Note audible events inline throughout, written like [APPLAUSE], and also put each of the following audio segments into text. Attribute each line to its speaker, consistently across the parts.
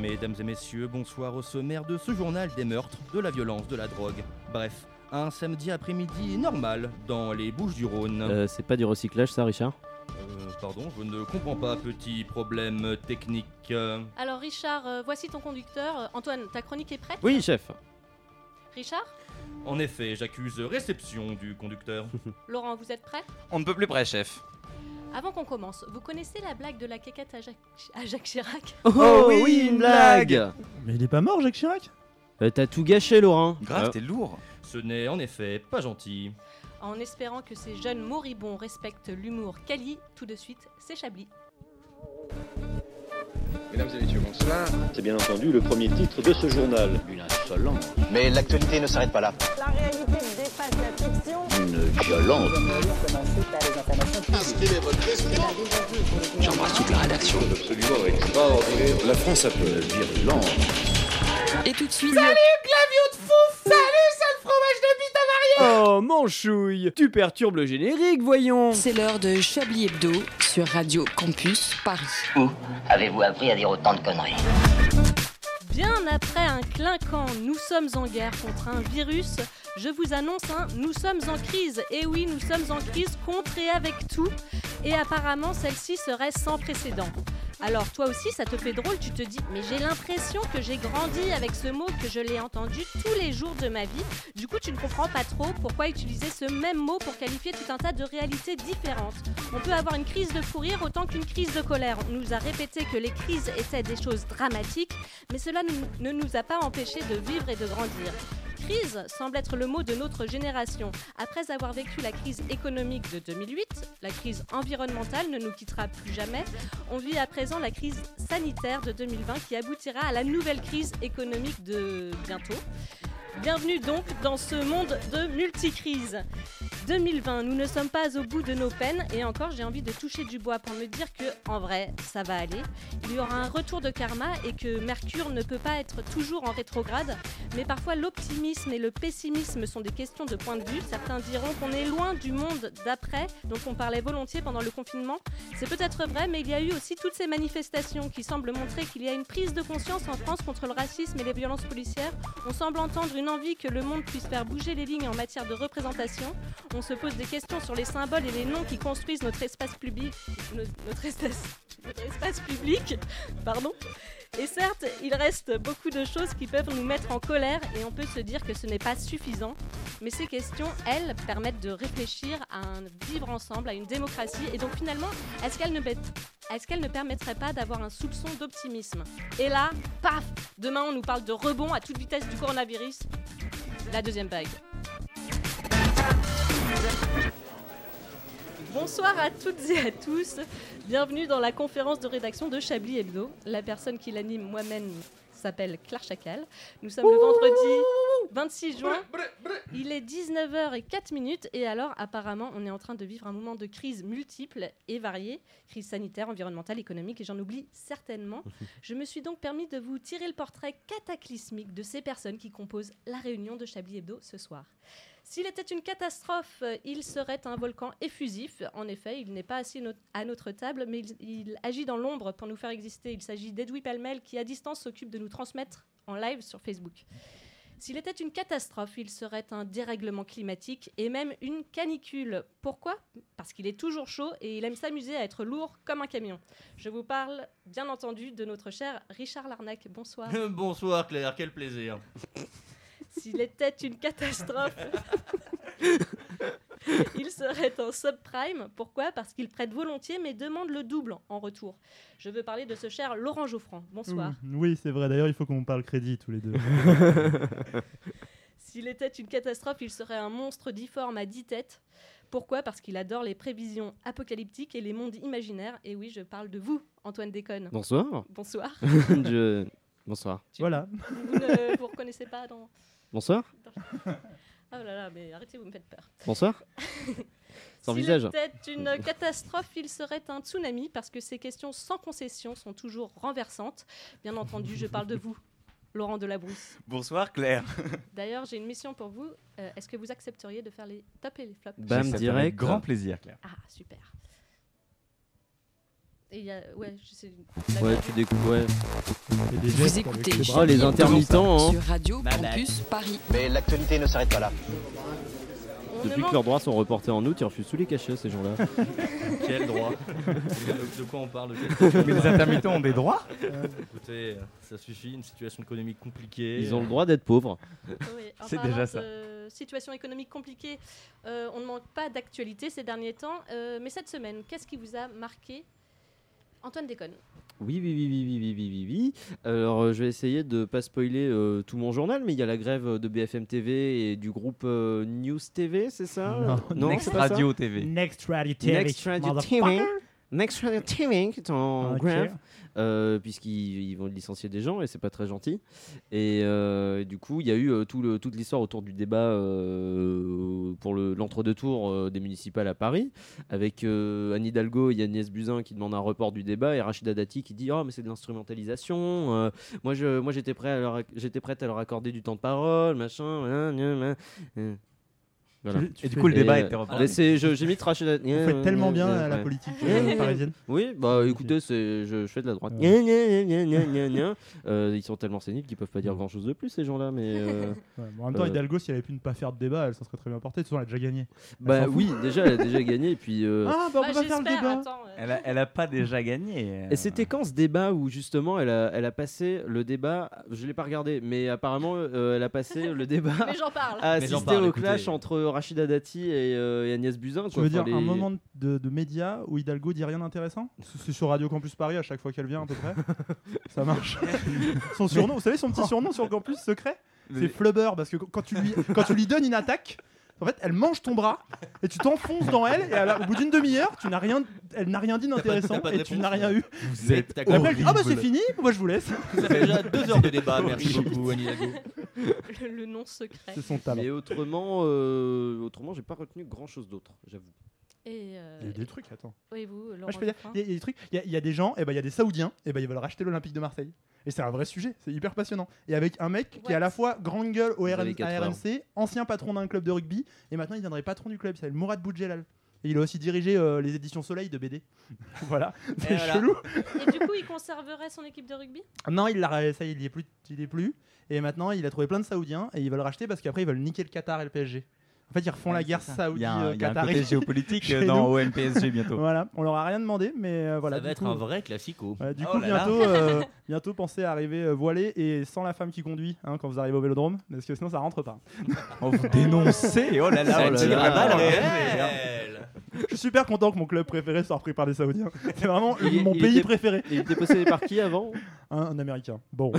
Speaker 1: Mesdames et messieurs, bonsoir au sommaire de ce journal des meurtres, de la violence, de la drogue. Bref, un samedi après-midi normal dans les Bouches du Rhône.
Speaker 2: Euh, c'est pas du recyclage ça, Richard
Speaker 1: Euh, pardon, je ne comprends pas, petit problème technique. Euh,
Speaker 3: Alors Richard, euh, voici ton conducteur. Euh, Antoine, ta chronique est prête
Speaker 2: Oui, chef
Speaker 3: Richard
Speaker 1: En effet, j'accuse réception du conducteur.
Speaker 3: Laurent, vous êtes prêts
Speaker 4: [LAUGHS] On ne peut plus près, chef.
Speaker 3: Avant qu'on commence, vous connaissez la blague de la quéquette à Jacques, à Jacques Chirac
Speaker 2: Oh,
Speaker 5: oui, une Mais il est pas mort, Jacques Chirac
Speaker 2: Euh, T'as tout gâché, Laurent
Speaker 4: Grave,
Speaker 2: Euh,
Speaker 4: t'es lourd.
Speaker 1: Ce n'est en effet pas gentil.
Speaker 3: En espérant que ces jeunes moribonds respectent l'humour Cali, tout de suite, c'est Chablis.
Speaker 6: Mesdames et messieurs, bonsoir.
Speaker 7: C'est bien entendu le premier titre de ce journal.
Speaker 8: Une insolence,
Speaker 9: Mais l'actualité ne s'arrête pas là.
Speaker 10: La réalité dépasse la fiction.
Speaker 8: une violence. J'embrasse toute la rédaction.
Speaker 6: Absolument extraordinaire.
Speaker 8: La France a peu virulente.
Speaker 11: Et tout de suite,
Speaker 2: Oh, mon chouille Tu perturbes le générique, voyons
Speaker 11: c'est l'heure de Chablis Hebdo sur Radio Campus Paris.
Speaker 8: Où avez-vous appris à dire autant de conneries
Speaker 3: Bien après un clinquant « Nous sommes en guerre contre un virus », je vous annonce un « Nous sommes en crise ». Et oui, nous sommes en crise contre et avec tout. Et apparemment, celle-ci serait sans précédent. Alors toi aussi, ça te fait drôle, tu te dis « Mais j'ai l'impression que j'ai grandi avec ce mot que je l'ai entendu tous les jours de ma vie. Du coup, tu ne comprends pas trop pourquoi utiliser ce même mot pour qualifier tout un tas de réalités différentes. On peut avoir une crise de fou rire autant qu'une crise de colère. On nous a répété que les crises étaient des choses dramatiques mais cela nous- ne nous a pas empêchés de vivre et de grandir. Crise semble être le mot de notre génération. Après avoir vécu la crise économique de 2008, la crise environnementale ne nous quittera plus jamais, on vit à présent la crise sanitaire de 2020 qui aboutira à la nouvelle crise économique de bientôt. Bienvenue donc dans ce monde de multicrises. 2020, nous ne sommes pas au bout de nos peines et encore j'ai envie de toucher du bois pour me dire que en vrai, ça va aller. Il y aura un retour de karma et que Mercure ne peut pas être toujours en rétrograde. Mais parfois l'optimisme et le pessimisme sont des questions de point de vue. Certains diront qu'on est loin du monde d'après, dont on parlait volontiers pendant le confinement. C'est peut-être vrai, mais il y a eu aussi toutes ces manifestations qui semblent montrer qu'il y a une prise de conscience en France contre le racisme et les violences policières. On semble entendre une envie que le monde puisse faire bouger les lignes en matière de représentation. On se pose des questions sur les symboles et les noms qui construisent notre espace public. Notre, notre espace- notre espace public. Pardon. Et certes, il reste beaucoup de choses qui peuvent nous mettre en colère et on peut se dire que ce n'est pas suffisant. Mais ces questions, elles, permettent de réfléchir à un vivre ensemble, à une démocratie. Et donc finalement, est-ce qu'elles ne, bête- est-ce qu'elles ne permettraient pas d'avoir un soupçon d'optimisme Et là, paf Demain, on nous parle de rebond à toute vitesse du coronavirus. La deuxième vague. Bonsoir à toutes et à tous. Bienvenue dans la conférence de rédaction de Chablis Hebdo. La personne qui l'anime moi-même s'appelle Claire Chacal. Nous sommes le vendredi 26 juin. Il est 19h04 et alors apparemment on est en train de vivre un moment de crise multiple et variée. Crise sanitaire, environnementale, économique et j'en oublie certainement. Je me suis donc permis de vous tirer le portrait cataclysmique de ces personnes qui composent la réunion de Chablis Hebdo ce soir. S'il était une catastrophe, euh, il serait un volcan effusif. En effet, il n'est pas assis no- à notre table, mais il, il agit dans l'ombre pour nous faire exister. Il s'agit d'Edoui Palmel qui, à distance, s'occupe de nous transmettre en live sur Facebook. S'il était une catastrophe, il serait un dérèglement climatique et même une canicule. Pourquoi Parce qu'il est toujours chaud et il aime s'amuser à être lourd comme un camion. Je vous parle, bien entendu, de notre cher Richard Larnac.
Speaker 1: [LAUGHS]
Speaker 3: Bonsoir.
Speaker 1: [LAUGHS] Bonsoir Claire, quel plaisir.
Speaker 3: S'il était une catastrophe, il serait en subprime. Pourquoi Parce qu'il prête volontiers mais demande le double en retour. Je veux parler de ce cher Laurent Geoffran. Bonsoir.
Speaker 5: Mmh, Oui, c'est vrai. D'ailleurs, il faut qu'on parle crédit tous les
Speaker 2: [LAUGHS]
Speaker 5: deux.
Speaker 3: S'il était une catastrophe, il serait un monstre difforme à dix têtes. Pourquoi Parce qu'il adore les prévisions apocalyptiques et les mondes imaginaires. Et oui, je parle de vous, Antoine Déconne.
Speaker 2: Bonsoir
Speaker 3: Bonsoir.
Speaker 2: [LAUGHS] Je- Bonsoir.
Speaker 3: Tu-
Speaker 5: voilà.
Speaker 3: Vous ne vous reconnaissez pas dans...
Speaker 2: Bonsoir
Speaker 3: Oh là là, mais arrêtez, vous me faites peur.
Speaker 2: Bonsoir Sans
Speaker 3: [LAUGHS] S'il
Speaker 2: visage.
Speaker 3: était
Speaker 2: [LAUGHS]
Speaker 3: une catastrophe, il serait un tsunami parce que ces questions sans concession sont toujours renversantes. Bien entendu, je parle de
Speaker 2: [LAUGHS]
Speaker 3: vous, Laurent Delabrousse.
Speaker 4: Bonsoir, Claire.
Speaker 3: D'ailleurs, j'ai une mission pour vous. Euh, Est-ce que vous accepteriez de faire les tops et les flops
Speaker 2: Bam direct.
Speaker 4: Grand plaisir, Claire.
Speaker 3: Ah, super. Et il y a. Ouais, je sais.
Speaker 2: Ouais, tu découvres. Ouais.
Speaker 5: Il y a des
Speaker 11: Vous
Speaker 5: gestes avec
Speaker 11: écoutez
Speaker 5: les bras.
Speaker 2: Oh, les
Speaker 11: Julien
Speaker 2: intermittents,
Speaker 11: Doré
Speaker 2: hein.
Speaker 11: sur Radio
Speaker 1: Malade.
Speaker 11: Campus Paris.
Speaker 9: Mais l'actualité ne s'arrête pas là.
Speaker 3: On ne
Speaker 2: Depuis que
Speaker 3: manque-
Speaker 2: leurs droits sont reportés en août, ils refusent tous les cachets, ces gens-là.
Speaker 1: [LAUGHS] Quel
Speaker 2: [LAUGHS]
Speaker 1: droit de, de quoi on parle de quel- Euh,
Speaker 4: Mais les intermittents ont des droits
Speaker 2: Euh,
Speaker 1: Écoutez, ça suffit, une situation économique compliquée.
Speaker 2: Ils ont le droit d'être pauvres.
Speaker 3: Oui, en
Speaker 4: C'est
Speaker 3: parlant
Speaker 4: déjà ça.
Speaker 3: de situation économique compliquée, euh, on ne manque pas d'actualité ces derniers temps. euh, mais cette semaine, qu'est-ce qui vous a marqué Antoine déconne.
Speaker 2: Oui, oui, oui, oui, oui, oui, oui, oui, oui. Alors, euh, je vais essayer de pas spoiler euh, tout mon journal, mais il y a la grève euh, de BFM TV et du groupe euh, News TV, c'est ça
Speaker 5: Non.
Speaker 4: Next
Speaker 2: c'est pas ça
Speaker 4: Radio TV.
Speaker 5: Next Radio
Speaker 2: Next Radio TV. Next Radio TV qui est en
Speaker 5: Ok.
Speaker 2: grève. euh, puisqu'ils ils vont licencier des gens et c'est pas très gentil. Et, euh, et du coup, il y a eu euh, tout le- toute l'histoire autour du débat euh, pour le- l'entre-deux-tours euh, des municipales à Paris, avec euh, Anne Hidalgo et Agnès Buzyn qui demandent un report du débat et Rachida Dati qui dit Oh, mais c'est de l'instrumentalisation. euh, moi, je, moi j'étais, prêt à leur acc- j'étais prête à leur accorder du temps de parole, machin. gna, gna, gna, gna. Voilà.
Speaker 4: Et du coup, le débat
Speaker 2: Et,
Speaker 4: était
Speaker 2: euh,
Speaker 4: reparti.
Speaker 2: mais c'est- je- J'ai mis Rachida.
Speaker 5: Vous faites tellement bien à la
Speaker 2: Ouais.
Speaker 5: politique
Speaker 2: Ouais.
Speaker 5: euh, parisienne.
Speaker 2: Oui, bah écoutez, c'est- je, je fais de la droite.
Speaker 5: Ouais.
Speaker 2: Gna, gna, gna, gna, gna, gna. Euh, ils sont tellement séniles qu'ils peuvent pas dire grand chose de plus, ces gens-là. Mais euh,
Speaker 5: Ouais, mais en même temps,
Speaker 2: Euh.
Speaker 5: Hidalgo, si elle avait pu ne pas faire de débat, elle s'en serait très bien portée. De toute façon, elle a déjà gagné.
Speaker 2: bah
Speaker 5: s'en fout.
Speaker 2: oui, déjà, elle a déjà gagné. Et puis. euh,
Speaker 5: Ah, bah on
Speaker 3: Bah,
Speaker 5: peut pas faire le
Speaker 3: j'espère,
Speaker 5: débat.
Speaker 3: attends, euh,
Speaker 4: Elle a, elle a pas déjà gagné.
Speaker 2: Et
Speaker 5: euh,
Speaker 2: c'était quand ce débat où justement elle a, elle a passé le débat, je l'ai pas regardé, mais apparemment euh, elle a passé le débat
Speaker 3: [LAUGHS] mais j'en parle.
Speaker 2: à
Speaker 1: Mais j'en
Speaker 2: assister
Speaker 1: parle,
Speaker 2: au
Speaker 1: écoutez.
Speaker 2: clash entre Rachida Dati et, euh, et Agnès Buzyn.
Speaker 5: Tu
Speaker 2: quoi.
Speaker 5: veux
Speaker 2: Enfin,
Speaker 5: dire un
Speaker 2: les-
Speaker 5: moment de, de, de média où Hidalgo dit rien d'intéressant C'est sur Radio Campus Paris à chaque fois qu'elle vient à peu près. Ça
Speaker 2: [LAUGHS]
Speaker 5: marche. son surnom, vous savez son petit surnom sur le campus secret C'est Flubber parce que quand tu lui quand tu lui donnes une attaque, en fait, elle mange ton bras et tu t'enfonces dans elle et à la- au bout d'une demi-heure, tu n'as rien elle n'a rien dit
Speaker 1: pas-
Speaker 5: d'intéressant
Speaker 1: t'as pas de
Speaker 5: et tu
Speaker 1: réponse,
Speaker 5: n'as rien
Speaker 1: ouais.
Speaker 5: eu.
Speaker 4: Vous êtes
Speaker 1: T'as
Speaker 5: Et après,
Speaker 1: compris.
Speaker 5: elle dit, ah bah c'est fini, moi je vous laisse.
Speaker 1: Ça fait déjà deux heures de [LAUGHS] débat, merci beaucoup, Annie Hidalgo.
Speaker 3: Le, le non secret.
Speaker 5: C'est son talent.
Speaker 2: Mais autrement, euh, autrement j'ai pas retenu grand chose d'autre, j'avoue.
Speaker 3: Et, euh,
Speaker 5: Il y a des trucs, attends.
Speaker 3: et vous, Laurent
Speaker 5: Moi, je peux dire,
Speaker 3: Geoffrin
Speaker 5: il y, a- il y a des trucs, il y a- il y, a des gens, et ben il y a des Saoudiens, et ben ils veulent racheter l'Olympique de Marseille. Et c'est un vrai sujet, c'est hyper passionnant. Et avec un mec qui est à
Speaker 3: What
Speaker 5: la fois grande gueule au
Speaker 2: Vous
Speaker 5: RN
Speaker 2: avez quatre
Speaker 5: à
Speaker 2: heures.
Speaker 5: RMC, ancien patron d'un club de rugby, et maintenant il deviendrait patron du club, il s'appelle Mourad Boudjelal. Et il a aussi dirigé euh, les éditions Soleil de BD. [LAUGHS] voilà, c'est
Speaker 1: voilà.
Speaker 5: chelou.
Speaker 3: Et du coup, il conserverait son équipe de rugby
Speaker 5: Non, il l'a, ça y est, il y est plus, il y est plus. Et maintenant, il a trouvé plein de Saoudiens et ils veulent racheter parce qu'après ils veulent niquer le Qatar et le PSG. En fait, ils refont la guerre
Speaker 4: Il y a un, il y a un côté
Speaker 5: saoudi-qatari. [LAUGHS]
Speaker 4: géopolitique euh,
Speaker 5: Chez [LAUGHS]
Speaker 4: dans OMPSG bientôt.
Speaker 5: Voilà, on leur a rien demandé, mais euh, voilà.
Speaker 1: ça va
Speaker 5: du
Speaker 1: être
Speaker 5: coup,
Speaker 1: un vrai classico.
Speaker 5: Ouais, du
Speaker 4: Oh
Speaker 5: coup,
Speaker 4: là là.
Speaker 5: bientôt,
Speaker 1: [LAUGHS]
Speaker 5: euh, bientôt, pensez à arriver euh, voilé et sans la femme qui conduit hein, quand vous arrivez au vélodrome, parce que sinon ça rentre pas.
Speaker 4: On vous dénoncez. Oh là là,
Speaker 2: Ça
Speaker 4: oh là
Speaker 2: tire
Speaker 4: là.
Speaker 2: à balles
Speaker 1: réelles.
Speaker 5: Je suis super content que mon club préféré soit repris par les Saoudiens. C'est vraiment
Speaker 2: Il est-
Speaker 5: mon
Speaker 2: il
Speaker 5: pays
Speaker 2: était-
Speaker 5: préféré.
Speaker 2: Et il était possédé par qui avant
Speaker 5: [LAUGHS] Un, un Américain. Bon,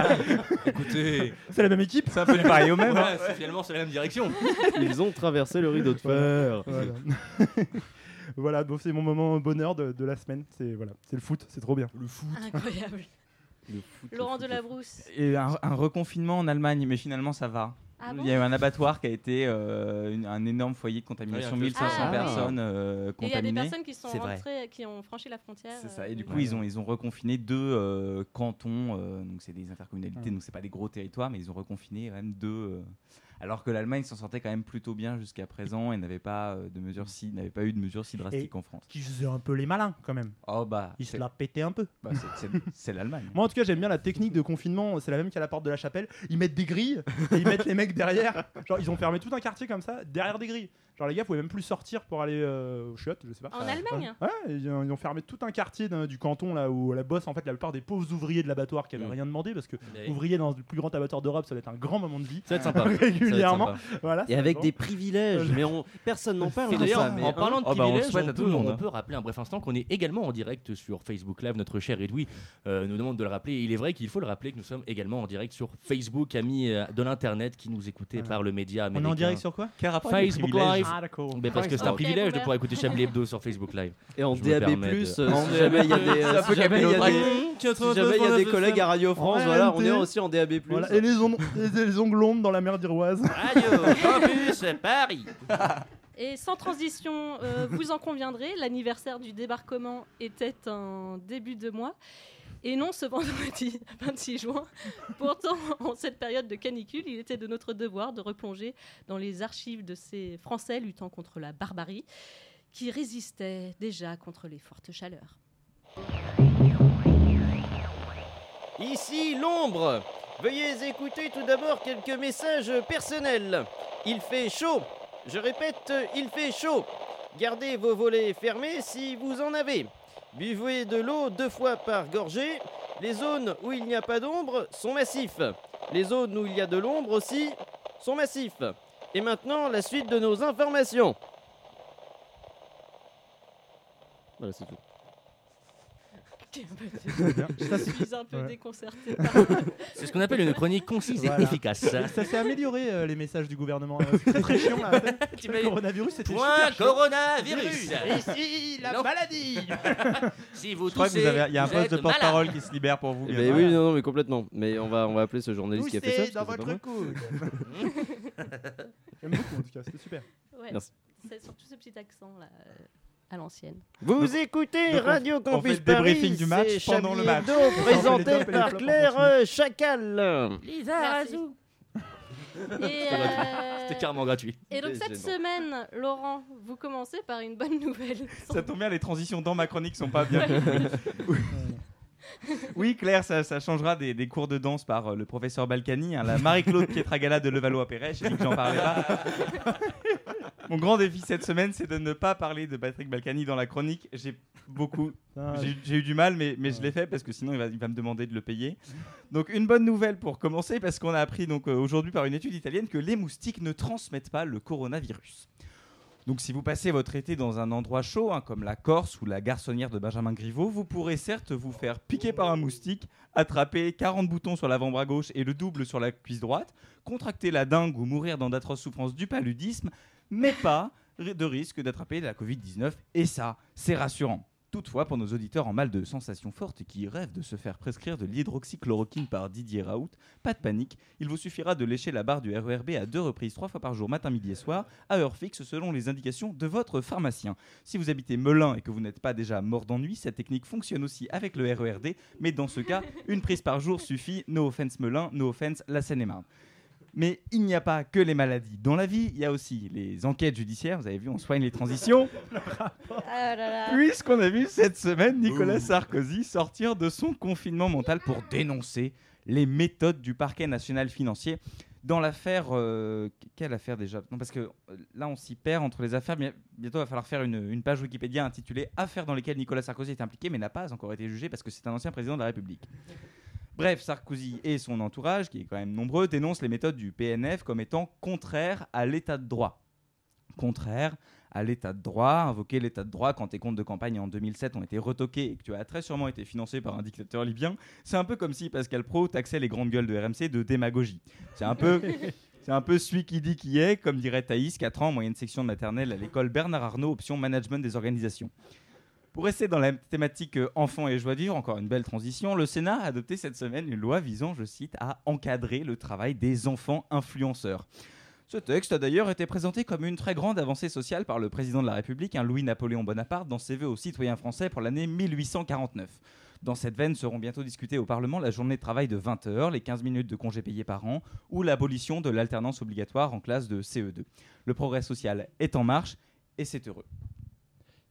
Speaker 5: [LAUGHS]
Speaker 1: Écoutez,
Speaker 5: c'est la même équipe.
Speaker 4: C'est un peu du pareil au même. hein.
Speaker 1: ouais, c'est- finalement c'est la même direction.
Speaker 2: [LAUGHS] Ils ont traversé le rideau de fer.
Speaker 5: Voilà, [LAUGHS] Voilà, donc c'est mon moment bonheur de, de la semaine. C'est voilà, c'est le foot, c'est trop bien.
Speaker 1: Le fou.
Speaker 3: Incroyable. Laurent Delabrousse.
Speaker 4: Et un, un reconfinement en Allemagne, mais finalement ça va.
Speaker 3: Ah
Speaker 4: Il y
Speaker 3: bon
Speaker 4: a eu un abattoir qui a été euh, une- un énorme foyer de contamination,
Speaker 1: Oui, un
Speaker 4: 1500
Speaker 3: cluster.
Speaker 4: personnes euh,
Speaker 3: Ah. Et il y a des
Speaker 4: contaminées.
Speaker 3: personnes qui sont
Speaker 1: C'est vrai.
Speaker 3: rentrées, qui ont franchi la frontière.
Speaker 4: C'est
Speaker 3: euh,
Speaker 4: ça. Et du coup,
Speaker 3: ouais.
Speaker 4: ils ont ils ont reconfiné deux euh, cantons, euh, donc c'est des
Speaker 5: Ah.
Speaker 4: intercommunalités, donc c'est pas des gros territoires, mais ils ont reconfiné quand même deux. euh, alors que l'Allemagne s'en sortait quand même plutôt bien jusqu'à présent et n'avait pas euh, de mesures si n'avait pas eu de mesures si drastiques en France.
Speaker 5: Qui faisaient un peu les malins quand même.
Speaker 4: Oh bah,
Speaker 5: Ils se
Speaker 4: c'est-
Speaker 5: la pétaient un peu.
Speaker 4: bah, c'est- c'est- c'est l'Allemagne.
Speaker 5: Moi en tout cas j'aime bien la technique de confinement, c'est la même qu'à la porte de la chapelle, ils mettent des grilles et ils mettent les mecs derrière. Genre ils ont fermé tout un quartier comme ça, derrière des grilles. Genre les gars pouvaient même plus sortir pour aller euh, au chiottes, je sais pas.
Speaker 3: En Allemagne
Speaker 5: Ouais, ils ont ils ont fermé tout un quartier d'un- du canton là où la bosse en fait la plupart des pauvres ouvriers de l'abattoir qui avaient
Speaker 1: Mm.
Speaker 5: rien demandé parce que
Speaker 1: Mais-
Speaker 5: ouvrier dans le plus grand abattoir d'Europe ça va être un grand moment de vie.
Speaker 1: Ça va être sympa.
Speaker 5: [LAUGHS] Régulièrement.
Speaker 1: Ça va être sympa.
Speaker 5: Voilà,
Speaker 2: Et
Speaker 5: ça
Speaker 2: avec
Speaker 5: dépend.
Speaker 2: des privilèges, mais on- personne n'en parle.
Speaker 1: Et
Speaker 2: de
Speaker 1: d'ailleurs,
Speaker 2: ça, mais
Speaker 5: hein
Speaker 1: en parlant de
Speaker 5: Ah
Speaker 4: Oh, bah, on
Speaker 1: privilèges,
Speaker 4: souhaite
Speaker 1: Ah on,
Speaker 4: à tout
Speaker 1: peut,
Speaker 4: le monde,
Speaker 1: on
Speaker 4: hein.
Speaker 1: peut rappeler un bref instant qu'on est également en direct sur Facebook Live. Notre cher Edoui euh, nous demande de le rappeler. Il est vrai qu'il faut le rappeler que nous sommes également en direct sur Facebook, amis euh, de l'internet qui nous écoutaient
Speaker 2: Ah.
Speaker 5: Voilà.
Speaker 1: par le média
Speaker 5: On est
Speaker 1: américain.
Speaker 5: en direct sur quoi
Speaker 1: Facebook Live.
Speaker 5: Ah d'accord.
Speaker 1: Mais parce que c'est un
Speaker 3: Ok,
Speaker 1: privilège de
Speaker 3: ouvert.
Speaker 1: pouvoir écouter Chablis Hebdo sur Facebook Live.
Speaker 2: Et en
Speaker 1: Je me
Speaker 2: DAB+,
Speaker 1: permets de- [LAUGHS]
Speaker 2: euh,
Speaker 4: En
Speaker 2: si jamais il y a des, euh,
Speaker 4: C'est un peu
Speaker 2: si jamais il y a
Speaker 4: capillotrac.
Speaker 2: des- si jamais il y a des collègues à Radio France,
Speaker 5: En
Speaker 2: voilà, on
Speaker 5: RMT.
Speaker 2: est aussi en DAB+.
Speaker 5: Voilà, Et les, on- et les ongles longs dans la mer
Speaker 2: [LAUGHS]
Speaker 5: d'Iroise.
Speaker 1: Radio Campus Paris.
Speaker 3: Et sans transition, euh, vous en conviendrez, l'anniversaire du débarquement était un début de mois. Et non ce vendredi [LAUGHS] 26 juin. Pourtant, en cette période de canicule, il était de notre devoir de replonger dans les archives de ces Français luttant contre la barbarie qui résistaient déjà contre les fortes chaleurs.
Speaker 12: Ici l'ombre. Veuillez écouter tout d'abord quelques messages personnels. Il fait chaud. Je répète, il fait chaud. Gardez vos volets fermés si vous en avez. Buvez de l'eau deux fois par gorgée. Les zones où il n'y a pas d'ombre sont massifs. Les zones où il y a de l'ombre aussi sont massifs. Et maintenant, la suite de nos informations.
Speaker 2: Voilà, c'est tout.
Speaker 3: Je suis un peu
Speaker 5: Ouais.
Speaker 2: [LAUGHS]
Speaker 3: déconcertée par-
Speaker 1: C'est ce qu'on appelle une chronique concise et efficace.
Speaker 5: Ça s'est amélioré euh, les messages du gouvernement. euh, C'est très, très chiant
Speaker 2: [LAUGHS]
Speaker 5: là.
Speaker 1: Tu
Speaker 5: Le
Speaker 1: m'as-
Speaker 5: coronavirus, c'était
Speaker 1: Point
Speaker 5: super chaud.
Speaker 1: coronavirus
Speaker 5: Ici,
Speaker 1: Non.
Speaker 5: maladie
Speaker 1: [LAUGHS] Si vous
Speaker 5: Je crois que vous
Speaker 1: toussez,
Speaker 5: avez- il y a un
Speaker 1: vous
Speaker 5: poste de
Speaker 1: êtes
Speaker 5: porte-parole
Speaker 1: malade.
Speaker 5: qui se libère pour vous.
Speaker 2: Eh
Speaker 5: bien
Speaker 2: ben
Speaker 5: sûr.
Speaker 2: oui, non, non, mais complètement. Mais on va, on va appeler ce journaliste qui a fait ça. parce que c'est pas
Speaker 5: coude
Speaker 2: [LAUGHS]
Speaker 5: [LAUGHS] J'aime beaucoup en tout cas, c'était super.
Speaker 3: Ouais.
Speaker 2: Merci.
Speaker 3: C'est surtout ce petit accent là euh, à l'ancienne.
Speaker 12: Vous écoutez
Speaker 5: donc
Speaker 12: [LAUGHS]
Speaker 5: on-
Speaker 12: Radio
Speaker 5: on fait le
Speaker 12: Campus Paris,
Speaker 5: débriefing du match
Speaker 12: c'est
Speaker 5: pendant
Speaker 12: Chablis
Speaker 5: le match.
Speaker 12: Hebdo,
Speaker 5: On fait les tops
Speaker 12: présenté
Speaker 5: et les
Speaker 12: par
Speaker 5: flops en
Speaker 12: Claire
Speaker 5: continu.
Speaker 12: euh, Chacal.
Speaker 3: Merci.
Speaker 12: [LAUGHS]
Speaker 3: Et, euh,
Speaker 1: C'était carrément gratuit.
Speaker 3: Et donc
Speaker 1: C'était
Speaker 3: cette
Speaker 1: gênant.
Speaker 3: semaine, Laurent, vous commencez par une bonne
Speaker 4: [LAUGHS]
Speaker 3: nouvelle.
Speaker 4: Ça tombe bien, les transitions dans ma chronique sont pas bien. Oui. Oui, Claire, ça, ça changera des, des cours de danse par euh, le professeur Balkany, hein, la Marie-Claude Pietragala de Levallois-Perret, j'ai dit que j'en parlais pas. Mon grand défi cette semaine, c'est de ne pas parler de Patrick Balkany dans la chronique. J'ai beaucoup,
Speaker 5: Ah,
Speaker 4: j'ai- j'ai eu du mal, mais, mais je l'ai fait parce que sinon il va, il va me demander de le payer. Donc une bonne nouvelle pour commencer, parce qu'on a appris donc euh, aujourd'hui par une étude italienne que les moustiques ne transmettent pas le coronavirus. Donc si vous passez votre été dans un endroit chaud, hein, comme la Corse ou la garçonnière de Benjamin Griveaux, vous pourrez certes vous faire piquer par un moustique, attraper 40 boutons sur l'avant-bras gauche et le double sur la cuisse droite, contracter la dingue ou mourir dans d'atroces souffrances du paludisme, mais pas ri- de risque d'attraper la Covid-19. Et ça, c'est rassurant. Toutefois, pour nos auditeurs en mal de sensations fortes qui rêvent de se faire prescrire de l'hydroxychloroquine par Didier Raoult, pas de panique, il vous suffira de lécher la barre du RERB à deux reprises, trois fois par jour, matin, midi et soir, à heure fixe selon les indications de votre pharmacien. Si vous habitez Melun et que vous n'êtes pas déjà mort d'ennui, cette technique fonctionne aussi avec le RERD, mais dans ce cas, une prise par jour suffit, no offense Melun, no offense la Seine-et-Marne. Mais il n'y a pas que les maladies. Dans la vie, il y a aussi les enquêtes judiciaires. Vous avez vu, on soigne les transitions.
Speaker 10: Ah
Speaker 4: Puisqu'on a vu cette semaine Nicolas Sarkozy sortir de son confinement mental pour dénoncer les méthodes du parquet national financier dans l'affaire. euh, quelle affaire déjà Non, parce que euh, là, on s'y perd entre les affaires. Bien- Bientôt, il va falloir faire une, une page Wikipédia intitulée Affaires dans lesquelles Nicolas Sarkozy est impliqué, mais n'a pas encore été jugé parce que c'est un ancien président de la République. Bref, Sarkozy et son entourage, qui est quand même nombreux, dénoncent les méthodes du PNF comme étant contraires à l'état de droit. Contraires à l'état de droit, invoquer l'état de droit quand tes comptes de campagne en 2007 ont été retoqués et que tu as très sûrement été financé par un dictateur libyen, c'est un peu comme si Pascal Pro taxait les grandes gueules de RMC de démagogie. C'est un peu... C'est un peu celui qui dit qui est, comme dirait Thaïs, 4 ans, moyenne section de maternelle à l'école Bernard Arnault, option management des organisations. Pour rester dans la thématique euh, enfants et joie de vivre, encore une belle transition, le Sénat a adopté cette semaine une loi visant, je cite, à encadrer le travail des enfants influenceurs. Ce texte a d'ailleurs été présenté comme une très grande avancée sociale par le président de la République, un Louis-Napoléon Bonaparte, dans ses vœux aux citoyens français pour l'année 1849. Dans cette veine seront bientôt discutées au Parlement la journée de travail de 20 heures, les 15 minutes de congés payés par an ou l'abolition de l'alternance obligatoire en classe de CE2. Le progrès social est en marche et c'est heureux.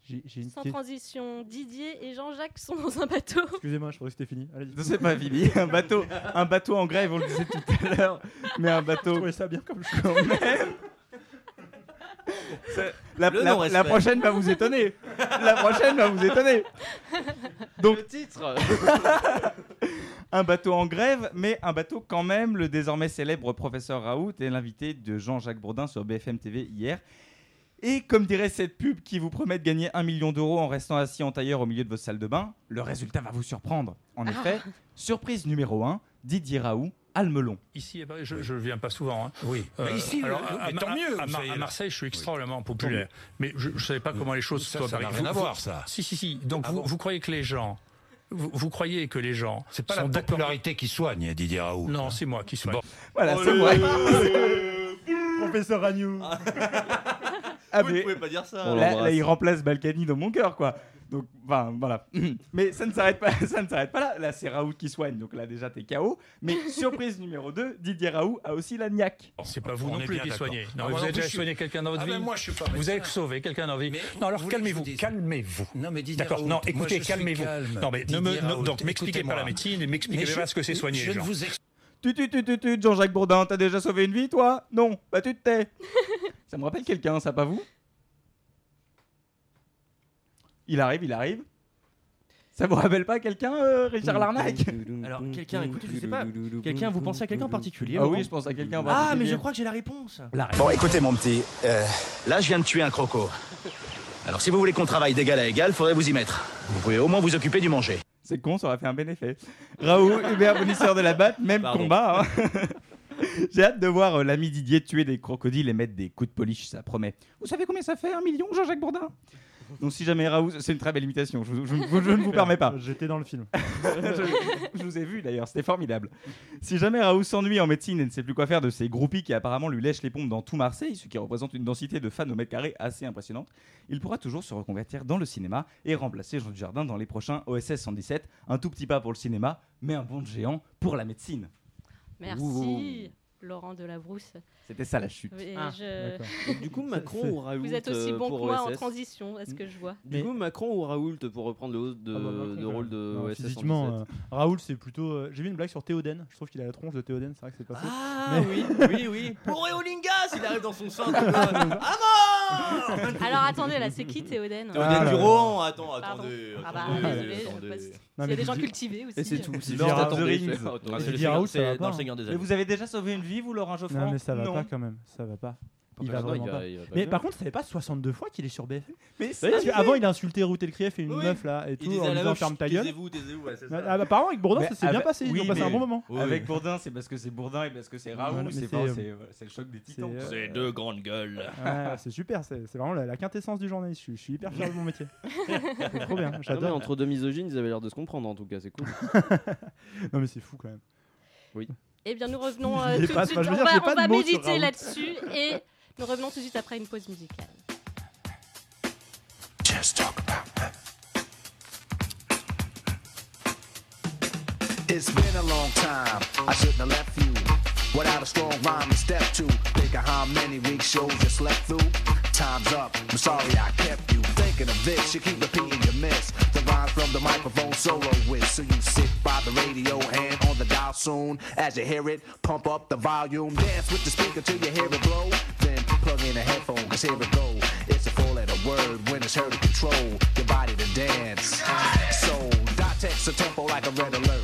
Speaker 5: J'ai une
Speaker 3: Sans transition, Didier et Jean-Jacques sont dans un
Speaker 4: [LAUGHS]
Speaker 3: bateau.
Speaker 5: Excusez-moi, je pensais que c'était fini. Allez-y.
Speaker 4: C'est pas fini. Un bateau, un bateau en grève, on le disait tout à l'heure, mais un
Speaker 5: Je
Speaker 4: bateau
Speaker 5: trouvais ça bien comme chose.
Speaker 4: quand même.
Speaker 12: [LAUGHS]
Speaker 4: C'est- La,
Speaker 12: Le
Speaker 4: la-
Speaker 12: non-respect.
Speaker 4: la prochaine va vous étonner. La prochaine va vous étonner. Donc-
Speaker 12: le titre.
Speaker 4: [LAUGHS] Un bateau en grève, mais un bateau quand même. Le désormais célèbre professeur Raoult est l'invité de Jean-Jacques Bourdin sur BFM TV hier. Et comme dirait cette pub qui vous promet de gagner un million d'euros en restant assis en tailleur au milieu de votre salle de bain, le résultat va vous surprendre. En effet, surprise numéro 1, Didier Raoult, Almelon.
Speaker 13: Ici, à Paris, je ne viens pas souvent. hein.
Speaker 14: Oui.
Speaker 13: Euh,
Speaker 14: mais ici,
Speaker 13: alors,
Speaker 14: le-
Speaker 13: à- à-
Speaker 14: mais tant
Speaker 13: à-
Speaker 14: mieux.
Speaker 13: À,
Speaker 14: vous
Speaker 13: Mar-
Speaker 14: savez,
Speaker 13: à
Speaker 14: là.
Speaker 13: Marseille, je suis extrêmement populaire. Mais je ne savais pas comment les choses
Speaker 14: Ça,
Speaker 13: sont
Speaker 14: ça
Speaker 13: à Paris.
Speaker 14: n'a rien
Speaker 13: Vous-
Speaker 14: à
Speaker 13: vous-
Speaker 14: voir, ça.
Speaker 13: Si, si, si. Donc,
Speaker 14: Ah
Speaker 13: vous,
Speaker 14: bon
Speaker 13: vous croyez que les gens. Vous, vous croyez que les gens.
Speaker 14: C'est pas
Speaker 13: sont
Speaker 14: la
Speaker 13: d'accord-
Speaker 14: popularité qui soigne, Didier Raoult. hein.
Speaker 13: Non, c'est moi
Speaker 1: Oh
Speaker 13: qui Oh suis.
Speaker 14: Bon. [LAUGHS]
Speaker 4: Voilà, c'est moi.
Speaker 5: Professeur Agnew.
Speaker 4: Ah,
Speaker 1: Ah. Vous
Speaker 4: mais-
Speaker 1: ne pouvez pas dire ça. On
Speaker 4: Là,
Speaker 1: l'embrasse.
Speaker 4: là, il remplace Balkany dans mon cœur, quoi. Donc, enfin, voilà. [LAUGHS] Mais ça ne s'arrête pas, [LAUGHS] ça ne s'arrête pas là. Là, c'est Raoult qui soigne. Donc là, déjà, t'es KO. Mais surprise numéro 2, Didier Raoult a aussi la gnaque.
Speaker 13: Oh, C'est pas vous
Speaker 4: On
Speaker 13: non
Speaker 4: est
Speaker 13: plus
Speaker 4: bien
Speaker 13: qui
Speaker 4: d'accord.
Speaker 13: soignez. Non,
Speaker 4: Ah,
Speaker 13: mais
Speaker 14: bah,
Speaker 4: moi
Speaker 13: vous
Speaker 4: non
Speaker 13: avez
Speaker 4: plus,
Speaker 13: déjà
Speaker 4: je
Speaker 13: soigné
Speaker 4: suis-
Speaker 13: quelqu'un dans votre
Speaker 4: Ah,
Speaker 13: vie.
Speaker 4: ben, moi, je suis pas
Speaker 13: Vous
Speaker 4: médecin.
Speaker 13: avez sauvé quelqu'un dans votre vie. non, alors
Speaker 14: voulez que je
Speaker 13: calmez-vous, calmez-vous. Non, mais
Speaker 14: Didier
Speaker 13: D'accord,
Speaker 14: Raoult,
Speaker 13: non,
Speaker 14: moi, je
Speaker 13: écoutez,
Speaker 14: suis
Speaker 13: calmez-vous.
Speaker 14: calme.
Speaker 13: Non, mais ne
Speaker 14: Didier
Speaker 13: me- ne-
Speaker 14: Raoult,
Speaker 13: donc, m'expliquez pas
Speaker 14: écoutez-moi.
Speaker 13: la médecine et m'expliquez
Speaker 14: Mais
Speaker 13: pas
Speaker 14: je-
Speaker 13: ce que c'est
Speaker 14: je
Speaker 13: soigner.
Speaker 14: ne
Speaker 13: genre.
Speaker 14: vous
Speaker 4: Tu, tu, tu, tu, tu, Jean-Jacques Bourdin, t'as déjà sauvé une vie, toi Non, bah tu te
Speaker 13: [LAUGHS]
Speaker 4: tais. ça me rappelle quelqu'un, ça, pas vous Il arrive, il arrive. Ça vous rappelle pas quelqu'un, euh, Richard Larnac
Speaker 1: Alors, quelqu'un, écoutez, je sais pas. Quelqu'un, vous pensez à quelqu'un en particulier
Speaker 4: Ah
Speaker 1: Laurent
Speaker 4: oui, je pense à quelqu'un en
Speaker 1: Ah, mais
Speaker 4: particulier.
Speaker 1: je crois que j'ai la réponse.
Speaker 15: Bon, écoutez, mon petit, euh, là, je viens de tuer un croco. Alors, si vous voulez qu'on travaille d'égal à égal, faudrait vous y mettre. Vous pouvez au moins vous occuper du manger.
Speaker 4: C'est con, ça aurait fait un bénéfice. Raoult, Hubert, bonisseur de la batte, même combat. hein. [LAUGHS] J'ai hâte de voir euh, l'ami Didier tuer des crocodiles et mettre des coups de polish, ça promet. Vous savez combien ça fait un million, Jean-Jacques
Speaker 1: [LAUGHS]
Speaker 4: Bourdin
Speaker 5: Ah,
Speaker 4: Donc si jamais Raoult, c'est une très belle imitation, je, vous- je vous- je ne vous permets pas.
Speaker 5: J'étais dans le film.
Speaker 4: [LAUGHS]
Speaker 5: bah,
Speaker 4: je, je vous ai vu d'ailleurs, c'était formidable. Si jamais Raoult s'ennuie en médecine et ne sait plus quoi faire de ses groupies qui apparemment lui lèchent les pompes dans tout Marseille, ce qui représente une densité de fans au mètre carré assez impressionnante, il pourra toujours se reconvertir dans le cinéma et remplacer Jean Dujardin dans les prochains OSS 117. Un tout petit pas pour le cinéma, mais un bond de géant pour la médecine.
Speaker 3: Merci,
Speaker 4: Ouh.
Speaker 3: Laurent de la Brousse.
Speaker 4: C'était ça la chute.
Speaker 3: Et
Speaker 2: Ah,
Speaker 3: je- [LAUGHS]
Speaker 2: d'accord. Donc, du coup, Macron ou Raoult,
Speaker 3: Vous êtes aussi
Speaker 2: euh,
Speaker 3: bon
Speaker 2: pour
Speaker 3: que moi en
Speaker 2: OSS?
Speaker 3: transition, à ce que je vois.
Speaker 2: Du coup, Macron ou Raoult pour reprendre le, haut de,
Speaker 5: Ah bah, Macron,
Speaker 2: le
Speaker 5: quand
Speaker 2: rôle
Speaker 5: même.
Speaker 2: de
Speaker 5: Non,
Speaker 2: OSS
Speaker 5: Physiquement,
Speaker 2: 117.
Speaker 5: euh, Raoul, c'est plutôt. euh, J'ai vu une blague sur Théoden. Je trouve qu'il a la tronche de Théoden. C'est vrai que c'est pas faux.
Speaker 1: Ah
Speaker 5: Mais- Ah,
Speaker 1: oui,
Speaker 5: [LAUGHS]
Speaker 1: oui, oui. Pour Eolinga, s'il arrive dans son sein. tout, euh, À mort
Speaker 3: [LAUGHS] Alors attendez, là, c'est qui Théoden
Speaker 1: Théoden Ah, là, Durand,
Speaker 4: euh,
Speaker 1: là. attends, attendez,
Speaker 3: Ah bah,
Speaker 1: attendez,
Speaker 3: désolé,
Speaker 1: attendez.
Speaker 3: parce qu'il
Speaker 1: Non,
Speaker 3: y a
Speaker 1: mais
Speaker 3: des gens
Speaker 1: Didi-
Speaker 3: cultivés aussi.
Speaker 1: Et c'est tout,
Speaker 5: c'est
Speaker 1: Lord
Speaker 5: Gérard
Speaker 1: of the Rings.
Speaker 5: Attendez,
Speaker 1: Non,
Speaker 5: c'est
Speaker 1: c'est le
Speaker 5: Gérard
Speaker 1: Seigneur-
Speaker 5: Hout, ça
Speaker 1: c'est
Speaker 5: va
Speaker 1: dans le
Speaker 5: pas,
Speaker 1: Seigneur
Speaker 5: hein.
Speaker 1: des
Speaker 4: Mais vous avez déjà sauvé une vie, vous, Laurent Geoffrand
Speaker 5: Non, mais ça va
Speaker 4: Non.
Speaker 5: pas quand même. Ça va pas. Il
Speaker 4: pas
Speaker 5: va
Speaker 4: grave,
Speaker 5: vraiment
Speaker 4: il va-
Speaker 5: pas.
Speaker 4: il va pas
Speaker 5: Mais
Speaker 4: bien.
Speaker 5: par contre, ça fait pas 62 fois qu'il est sur BFM.
Speaker 4: Mais
Speaker 5: Parce
Speaker 4: c'est-
Speaker 5: que avant, il a insulté Routé le Krief et une
Speaker 4: Oui.
Speaker 5: meuf là et
Speaker 4: Il
Speaker 5: tout
Speaker 4: disait à
Speaker 5: en
Speaker 4: la
Speaker 5: disant
Speaker 4: meuf,
Speaker 5: ferme ta gueule.
Speaker 4: taisez-vous, taisez-vous, ouais, c'est ça.
Speaker 5: Ah, bah, Apparemment, avec Bourdin,
Speaker 4: Mais
Speaker 5: ça s'est bien
Speaker 4: avec-
Speaker 5: passé. Ils
Speaker 4: oui,
Speaker 5: ont passé un
Speaker 4: mais
Speaker 5: bon moment.
Speaker 4: Avec Bourdin, c'est parce que c'est Bourdin et parce que c'est Raoult,
Speaker 5: Voilà, mais
Speaker 4: c'est
Speaker 5: c'est,
Speaker 4: pas-
Speaker 5: euh,
Speaker 4: c'est euh, c'est le choc des titans.
Speaker 5: c'est, euh,
Speaker 1: Ces deux grandes gueules.
Speaker 4: [LAUGHS]
Speaker 1: [LAUGHS]
Speaker 5: Ouais, c'est super, c'est c'est vraiment la, la quintessence du journaliste. Je suis, je suis hyper fier de mon métier. euh, C'est trop bien,
Speaker 2: Ah Non, mais
Speaker 5: j'adore.
Speaker 2: entre deux misogynes, ils avaient l'air de se comprendre en tout cas, c'est cool.
Speaker 5: [LAUGHS] non, mais c'est fou quand même.
Speaker 2: Oui.
Speaker 3: Eh bien, nous revenons euh,
Speaker 2: [LAUGHS] Je
Speaker 3: tout
Speaker 2: l'ai
Speaker 3: de
Speaker 2: pas,
Speaker 3: suite.
Speaker 2: enfin, je veux
Speaker 3: on
Speaker 2: dire,
Speaker 3: va,
Speaker 2: j'ai pas
Speaker 3: on
Speaker 2: de
Speaker 3: va
Speaker 2: mots sur
Speaker 3: méditer
Speaker 2: Raoult.
Speaker 3: là-dessus et nous revenons tout de suite après une pause musicale.
Speaker 16: It's been a long time. I shouldn't have left you without a strong rhyme and step to. Think of how many weak shows you slept through. Time's up. I'm sorry I kept you thinking of this. You keep repeating your miss. The rhyme from the microphone solo with. So you sit by the radio and on the dial soon. As you hear it, pump up the volume. Dance with the speaker till you hear it blow. Then plug in a headphone, cause here it go. It's a four letter word when it's heard to control your body to dance. So, dot text a tempo like a red alert.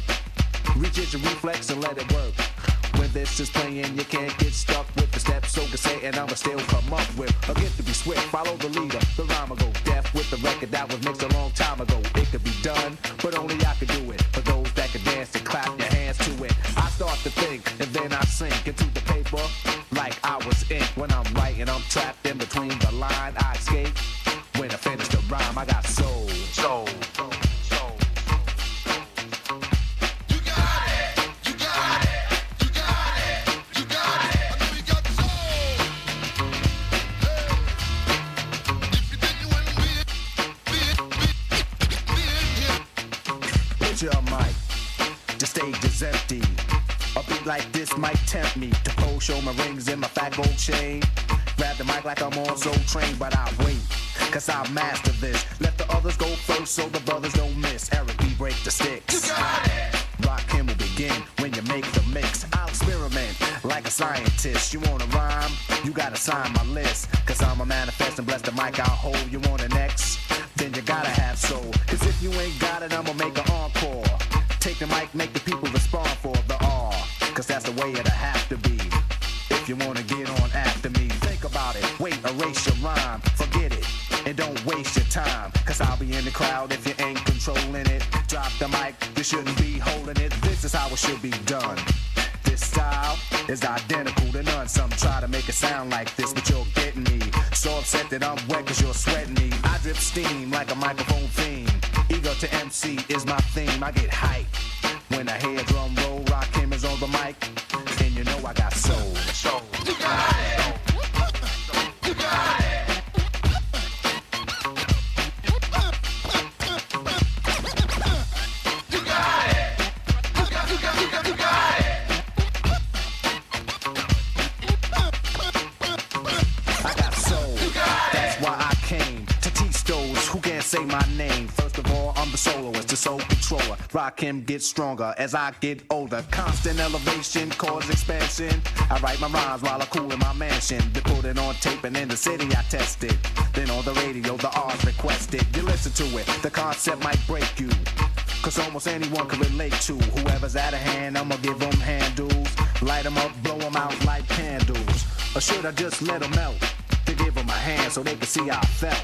Speaker 16: Reach is your reflex and let it work. When this is playing, you can't get stuck with the steps. So can say, and I'ma still come up with a gift to be swift. Follow the leader, the rhyme will go deaf with the record that was mixed a long time ago. It could be done, but only I could do it. For those that can dance and clap your hands to it, I start to think and then I sink into the paper like I was ink. When I'm writing, I'm trapped in between the line. I escape when I finish the rhyme. I got soul, soul, soul. Picture a mic, the stage is empty. A beat like this might tempt me to pose, show my rings and my fat gold chain. Grab the mic like I'm on Soul Train, but I wait, cause I master this. Let the others go first so the brothers don't miss. Eric B. break the sticks. Rock him will begin when you make the mix. I'll experiment like a scientist. You wanna rhyme? You gotta sign my list. Cause I'm a manifest and bless the mic I hold. You want the next? Then you gotta have soul. Cause if you ain't got it, I'ma make an encore. Take the mic, make the people respond for the R. Cause that's the way it'll have to be. If you wanna get on after me, think about it. Wait, erase your rhyme. Forget it. And don't waste your time. Cause I'll be in the crowd if you ain't controlling it. Drop the mic, you shouldn't be holding it. This is how it should be done. This style is identical to none. Some try to make it sound like this, but you're getting me. So upset that I'm wet cause you're sweating me. I drip steam like a microphone fiend. Ego to MC is my theme. I get hype when I hear drum roll. Rock him is on the mic. And you know I got soul. Soul. You got it. You got it. say my name. First of all, I'm the soloist, the soul controller. Rock him, get stronger as I get older. Constant elevation, cause expansion. I write my rhymes while I cool in my mansion. They put it on tape and in the city I test it. Then on the radio, the R's requested. You listen to it, the concept might break you. Cause almost anyone can relate to whoever's out of hand. I'ma give them handles, light 'em up, blow 'em out like candles. Or should I just let 'em out to give 'em a hand so they can see how I felt?